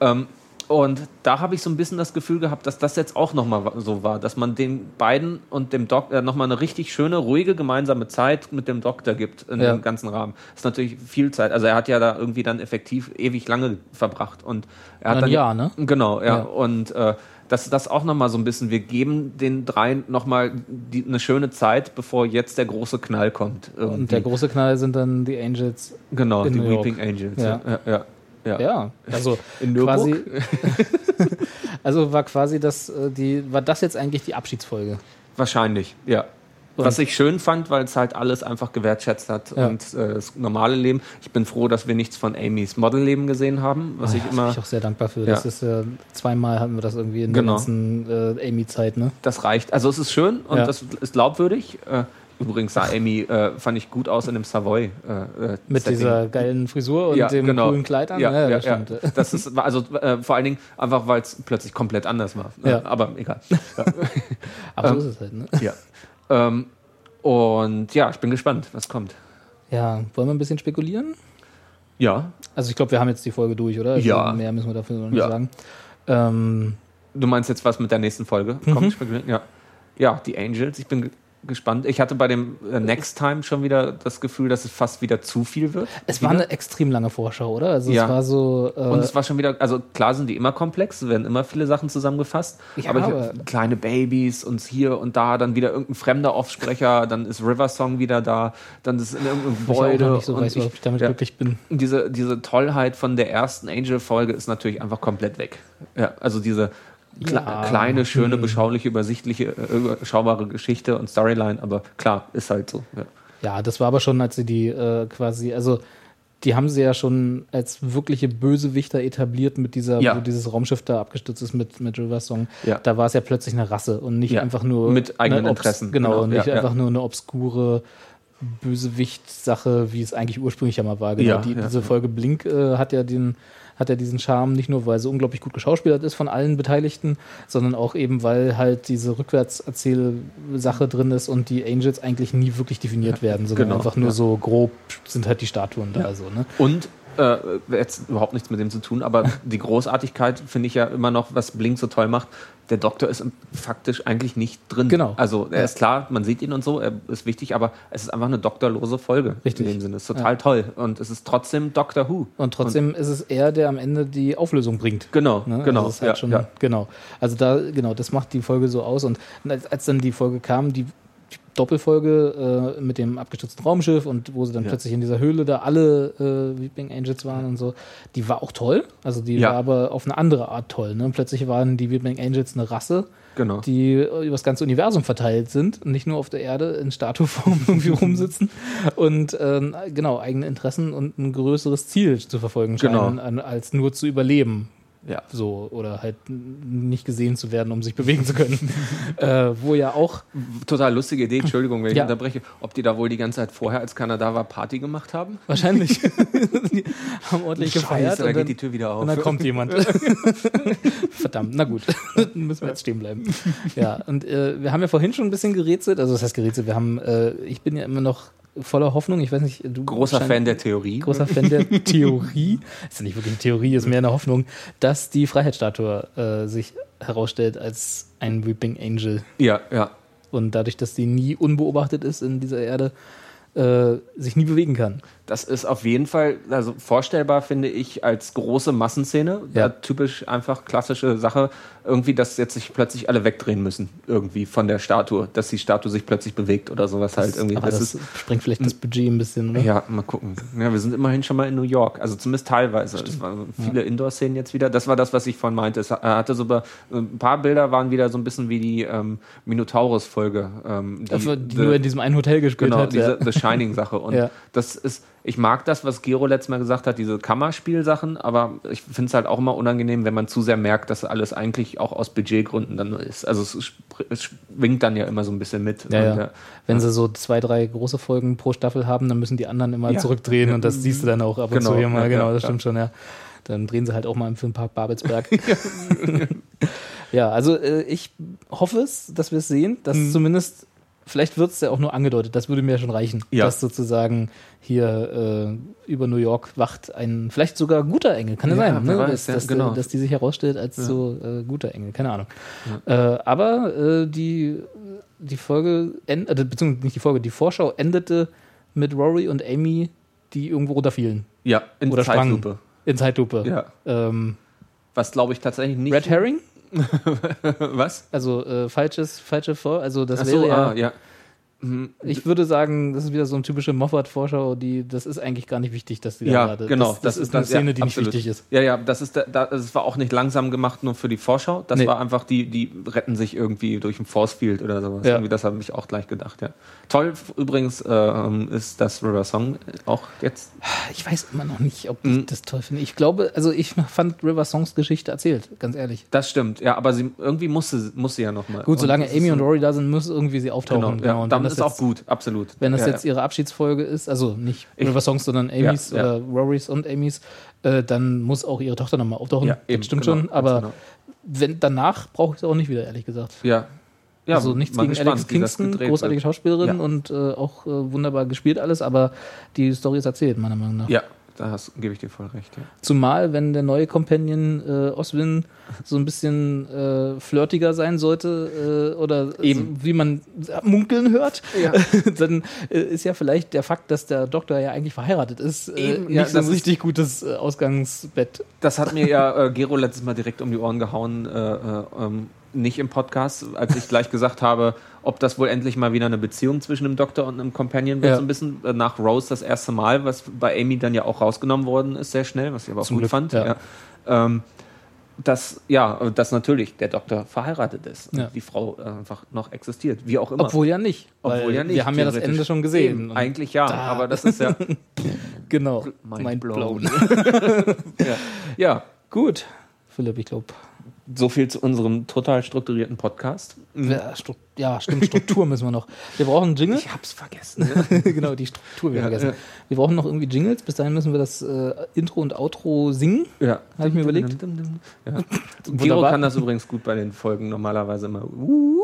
A: Ähm, und da habe ich so ein bisschen das Gefühl gehabt, dass das jetzt auch nochmal so war, dass man den beiden und dem Doktor nochmal eine richtig schöne, ruhige gemeinsame Zeit mit dem Doktor gibt in
B: Ja.
A: dem ganzen Rahmen. Das ist natürlich viel Zeit. Also er hat ja da irgendwie dann effektiv ewig lange verbracht und er hat
B: Ein
A: dann
B: Jahr, ne?
A: Genau, ja.
B: Ja.
A: Und äh, das, das auch nochmal so ein bisschen. Wir geben den dreien nochmal die, eine schöne Zeit, bevor jetzt der große Knall kommt. Irgendwie.
B: Und der große Knall sind dann die Angels.
A: genau,
B: in
A: die
B: New York.
A: Weeping Angels.
B: Ja.
A: Ja. Ja, ja, ja.
B: Ja, also
A: In
B: quasi.
A: Nürburgring?
B: also war quasi das, äh, die, war das jetzt eigentlich die Abschiedsfolge?
A: Wahrscheinlich, ja.
B: super.
A: Was ich schön fand, weil es halt alles einfach gewertschätzt hat
B: Ja.
A: und äh, das normale Leben. Ich bin froh, dass wir nichts von Amy's Modelleben gesehen haben, was
B: Ah
A: ich
B: ja,
A: immer.
B: bin ich auch sehr dankbar für.
A: Ja.
B: Das ist ja zweimal hatten wir das irgendwie in
A: Genau.
B: der ganzen äh, Amy-Zeit, ne?
A: das reicht. Also es ist schön und
B: Ja.
A: das ist glaubwürdig. Äh, übrigens sah Amy, äh, fand ich gut aus in dem Savoy. Äh, äh,
B: Mit
A: Setting. genau.
B: dieser geilen Frisur und dem coolen Kleid an.
A: Ja, ja,
B: das
A: ja,
B: stimmt.
A: Das ist also äh, vor allen Dingen einfach, weil es plötzlich komplett anders war. ne?
B: Ja.
A: Aber egal.
B: Aber
A: Ähm,
B: so ist es halt, ne?
A: Ja. ähm, und ja, ich bin gespannt, was kommt.
B: Ja, wollen wir ein bisschen spekulieren?
A: Ja.
B: Also ich glaube, wir haben jetzt die Folge durch, oder? Ich
A: Ja.
B: glaube, Mehr müssen wir dafür noch nicht
A: Ja.
B: sagen. Ähm,
A: Du meinst jetzt was mit der nächsten Folge?
B: Mhm.
A: Kommt spekulieren? Ja. Ja, die Angels. Ich bin ge- gespannt. Ich hatte bei dem äh, Next Time schon wieder das Gefühl, dass es fast wieder zu viel wird.
B: es war eine extrem lange Vorschau, oder? Also
A: Ja.
B: es war so. Äh,
A: Und es war schon wieder, also klar sind die immer komplex, werden immer viele Sachen zusammengefasst.
B: Ja,
A: aber, ich-
B: aber-
A: kleine Babys und hier und da, dann wieder irgendein fremder Offsprecher, dann ist River Song wieder da, dann ist in irgendeinem
B: wo ich auch noch
A: Gebäude.
B: nicht so
A: und
B: weiß, ob ich damit
A: ja,
B: glücklich bin.
A: diese, diese Tollheit von der ersten Angel-Folge ist natürlich einfach komplett weg. Ja, also diese kle
B: Ja. Hm.
A: kleine, schöne, beschauliche, übersichtliche, äh, überschaubare Geschichte und Storyline, aber klar, ist halt so. Ja.
B: Ja, das war aber schon, als sie die äh, quasi, also die haben sie ja schon als wirkliche Bösewichter etabliert mit dieser,
A: Ja.
B: wo dieses Raumschiff da abgestürzt ist mit, mit River Song.
A: Ja.
B: Da war es ja plötzlich eine Rasse und nicht
A: Ja.
B: einfach nur
A: Mit eigenen
B: eine obs-
A: Interessen.
B: Genau,
A: Genau,
B: und nicht
A: ja, ja.
B: einfach nur eine obskure Bösewicht-Sache, wie es eigentlich ursprünglich ja mal war. Genau.
A: Ja,
B: die,
A: ja.
B: Diese Folge Blink äh, hat ja den hat ja diesen Charme nicht nur, weil sie unglaublich gut geschauspielert ist von allen Beteiligten, sondern auch eben, weil halt diese Rückwärtserzählsache drin ist und die Angels eigentlich nie wirklich definiert werden, sondern
A: genau,
B: einfach nur
A: ja.
B: so grob sind halt die Statuen da. So, ne?
A: Und äh, jetzt überhaupt nichts mit dem zu tun, aber die Großartigkeit finde ich ja immer noch, was Blink so toll macht. Der Doktor ist faktisch eigentlich nicht drin.
B: Genau.
A: Also er
B: Ja.
A: ist klar, man sieht ihn und so, er ist wichtig, aber es ist einfach eine doktorlose Folge.
B: Richtig.
A: In dem Sinne. Ist total toll. Und es ist trotzdem Doctor Who.
B: Und trotzdem ist es er, der am Ende die Auflösung bringt.
A: Genau,
B: Ne?
A: genau.
B: Also das ist halt
A: ja,
B: schon,
A: ja.
B: genau. Also da, genau, das macht die Folge so aus. Und als, als dann die Folge kam, die Doppelfolge äh, mit dem abgestürzten Raumschiff und wo sie dann
A: Ja.
B: plötzlich in dieser Höhle da alle äh, Weeping Angels waren und so, die war auch toll. Also die
A: Ja.
B: war aber auf eine andere Art toll. Ne? Plötzlich waren die Weeping Angels eine Rasse,
A: genau.
B: die äh, über das ganze Universum verteilt sind und nicht nur auf der Erde in Statueform irgendwie rumsitzen und ähm, genau eigene Interessen und ein größeres Ziel zu verfolgen scheinen,
A: Genau.
B: an, als nur zu überleben
A: ja.
B: so oder halt n- nicht gesehen zu werden, um sich bewegen zu können. äh, wo ja auch
A: Total lustige Idee, Entschuldigung, wenn ich
B: Ja.
A: unterbreche. Ob die da wohl die ganze Zeit vorher, als keiner da war, Party gemacht haben?
B: wahrscheinlich die haben ordentlich gefeiert
A: da
B: und
A: geht die
B: dann,
A: Tür wieder auf.
B: und dann kommt jemand. Verdammt, na gut, dann müssen wir jetzt stehen bleiben. Ja, und äh, wir haben ja vorhin schon ein bisschen gerätselt, also das heißt gerätselt, wir haben, äh, ich bin ja immer noch voller Hoffnung, ich weiß nicht, du
A: Großer
B: schein-
A: Fan der Theorie.
B: großer Fan der Theorie, ist ja nicht wirklich eine Theorie, ist mehr eine Hoffnung, dass die Freiheitsstatue äh, sich herausstellt als ein Weeping Angel.
A: ja, ja.
B: Und dadurch, dass die nie unbeobachtet ist in dieser Erde, äh, sich nie bewegen kann.
A: Das ist auf jeden Fall also vorstellbar, finde ich, als große Massenszene.
B: Ja.
A: Ja. Typisch einfach klassische Sache, irgendwie, dass jetzt sich plötzlich alle wegdrehen müssen, irgendwie von der Statue, dass die Statue sich plötzlich bewegt oder sowas halt irgendwie.
B: Aber das,
A: das ist,
B: sprengt vielleicht das Budget ein bisschen, oder?
A: ja, mal gucken. Ja, wir sind immerhin schon mal in New York, also zumindest teilweise. Es waren viele Indoor-Szenen jetzt wieder. Das war das, was ich vorhin meinte. Es ha- hatte so be- ein paar Bilder waren wieder so ein bisschen wie die ähm, Minotaurus-Folge. Ähm, die-
B: Die, die
A: the-
B: nur in diesem einen Hotel gespielt
A: Genau,
B: hat.
A: diese
B: Ja.
A: The Shining-Sache. Und
B: Ja.
A: das ist, ich mag das, was Gero letztes Mal gesagt hat, diese Kammerspielsachen, aber ich finde es halt auch immer unangenehm, wenn man zu sehr merkt, dass alles eigentlich auch aus Budgetgründen dann nur ist. Also es, spr- es schwingt dann ja immer so ein bisschen mit.
B: Ja, ja.
A: Und, äh,
B: Wenn sie so zwei, drei große Folgen pro Staffel haben, dann müssen die anderen immer
A: Ja.
B: zurückdrehen und das siehst du dann auch ab und
A: Genau,
B: zu hier mal.
A: ja,
B: genau,
A: ja,
B: das
A: ja.
B: stimmt schon, ja. Dann drehen sie halt auch mal im Filmpark Babelsberg. ja, also äh, ich hoffe es, dass wir es sehen, dass
A: Mhm.
B: zumindest, vielleicht wird es ja auch nur angedeutet, das würde mir ja schon reichen,
A: Ja.
B: dass sozusagen hier äh, über New York wacht ein vielleicht sogar guter Engel, kann ja,
A: Ja,
B: sein,
A: wer
B: ne?
A: weiß,
B: dass,
A: ja,
B: dass,
A: genau.
B: dass die sich herausstellt als so äh, guter Engel, keine Ahnung. Äh, aber äh, die die Folge, end, äh, beziehungsweise nicht die Folge, die Vorschau endete mit Rory und Amy, die irgendwo runterfielen.
A: ja, in
B: Oder
A: Zeitlupe.
B: In Zeitlupe.
A: Ja.
B: Ähm,
A: Was glaube ich tatsächlich nicht.
B: Red Herring,
A: was?
B: also äh, falsches, falsche Vor, also das
A: Ach so,
B: wäre ja,
A: ah, ja.
B: Ich würde sagen, das ist wieder so eine typische Moffat-Vorschau, die das ist eigentlich gar nicht wichtig, dass die da
A: Ja,
B: gerade.
A: genau.
B: Das, das, ist eine
A: das-
B: Szene,
A: ja,
B: die nicht
A: absolut.
B: wichtig ist.
A: Ja, ja, das, ist, da- da- das war auch nicht langsam gemacht, nur für die Vorschau. Das
B: Nee.
A: war einfach, die, die retten sich irgendwie durch ein Forcefield oder sowas.
B: Ja.
A: Irgendwie, das habe ich auch gleich gedacht, ja. Toll f- übrigens ähm, ist das River Song auch jetzt.
B: Ah, Ich weiß immer noch nicht, ob
A: Mhm.
B: ich das toll finde. Ich glaube, also ich fand River Songs Geschichte erzählt, ganz ehrlich.
A: Das stimmt, ja, aber sie, irgendwie muss sie, muss sie ja nochmal.
B: Gut, solange Amy und Rory da sind, muss irgendwie sie auftauchen.
A: Genau, ja,
B: Und
A: dann
B: wenn
A: ist
B: das
A: auch
B: jetzt-
A: gut, absolut.
B: Wenn das
A: ja,
B: jetzt
A: ja.
B: ihre Abschiedsfolge ist, also nicht
A: Ich-
B: River Songs, sondern Amy's
A: Ja, ja.
B: oder Rorys und Amy's, äh, dann muss auch ihre Tochter nochmal auftauchen.
A: Ja,
B: das
A: eben,
B: stimmt
A: genau,
B: schon,
A: ganz
B: aber
A: genau.
B: wenn, danach brauche ich es auch nicht wieder, ehrlich gesagt.
A: Ja. ja
B: also nichts
A: mal
B: gegen Alex
A: gespannt, wie das
B: Kingston,
A: gedreht
B: großartige
A: wird.
B: Schauspielerin
A: Ja.
B: und äh, auch äh, wunderbar gespielt alles, aber die Story ist erzählt, meiner Meinung nach.
A: Ja, da hast- gebe ich dir voll recht. Ja.
B: Zumal, wenn der neue Companion äh, Oswin so ein bisschen äh, flirtiger sein sollte äh, oder
A: Eben.
B: So, wie man munkeln hört,
A: Ja.
B: dann äh, ist ja vielleicht der Fakt, dass der Doktor ja eigentlich verheiratet ist, äh,
A: Eben,
B: nicht
A: ja,
B: so ein
A: das ist-
B: richtig gutes äh, Ausgangsbett.
A: Das hat mir ja äh, Gero letztes Mal direkt um die Ohren gehauen, äh, äh, ähm, nicht im Podcast, als ich gleich gesagt habe, ob das wohl endlich mal wieder eine Beziehung zwischen dem Doktor und einem Companion wird,
B: Ja.
A: so ein bisschen äh, nach Rose das erste Mal, was bei Amy dann ja auch rausgenommen worden ist, sehr schnell, was ich aber auch
B: Zum
A: gut
B: Glück,
A: fand.
B: ja.
A: Ja. Ähm, dass, ja, äh, dass natürlich der Doktor verheiratet ist
B: Ja.
A: und die Frau äh, einfach noch existiert, wie auch immer.
B: Obwohl ja nicht.
A: Obwohl
B: weil
A: ja nicht,
B: Wir haben ja das
A: theoretisch.
B: Ende schon
A: Eben,
B: gesehen. Und-
A: Eigentlich ja,
B: Da.
A: aber das ist ja
B: genau.
A: mind
B: blown.
A: blown. ja. ja,
B: Gut, Philipp, ich glaube.
A: so viel zu unserem total strukturierten Podcast.
B: Ja, Stru- ja, stimmt, Struktur müssen wir noch. Wir brauchen einen Jingle.
A: hab's vergessen. ne?
B: genau, die Struktur wir
A: Ja,
B: vergessen.
A: ja.
B: Wir brauchen noch irgendwie Jingles. Bis dahin müssen wir das äh, Intro und Outro singen.
A: Ja.
B: Habe ich mir überlegt.
A: Ja. Gero
B: Wunderbar.
A: kann das übrigens gut bei den Folgen normalerweise immer. Uh,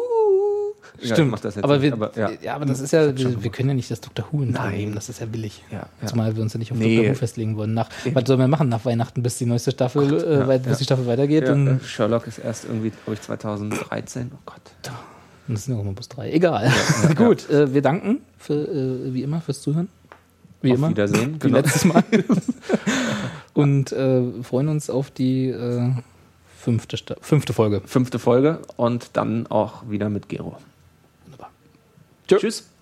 A: ja, ich mach das jetzt
B: aber,
A: nicht,
B: wir,
A: ja.
B: ja. aber das ist ja, wir, wir können ja nicht das Dr. Who nehmen,
A: Nein.
B: das ist ja billig.
A: Ja, ja.
B: Zumal wir uns ja nicht auf
A: Nee.
B: Dr. Who festlegen wollen. Nach, was sollen wir machen nach Weihnachten, bis die neueste Staffel, äh,
A: ja,
B: weit- bis
A: ja.
B: die Staffel weitergeht?
A: Ja,
B: Und,
A: äh, Sherlock ist erst irgendwie, glaube ich, 2013. Oh Gott.
B: und das sind ja auch immer bis drei. Egal. Gut, äh, wir danken für, äh, wie immer fürs Zuhören. Wie
A: Auf
B: immer.
A: Wiedersehen. Genau.
B: Wie letztes Mal. und äh, freuen uns auf die äh, fünfte, Sta fünfte Folge.
A: Fünfte Folge und dann auch wieder mit Gero.
B: Wunderbar.
A: Tschüss.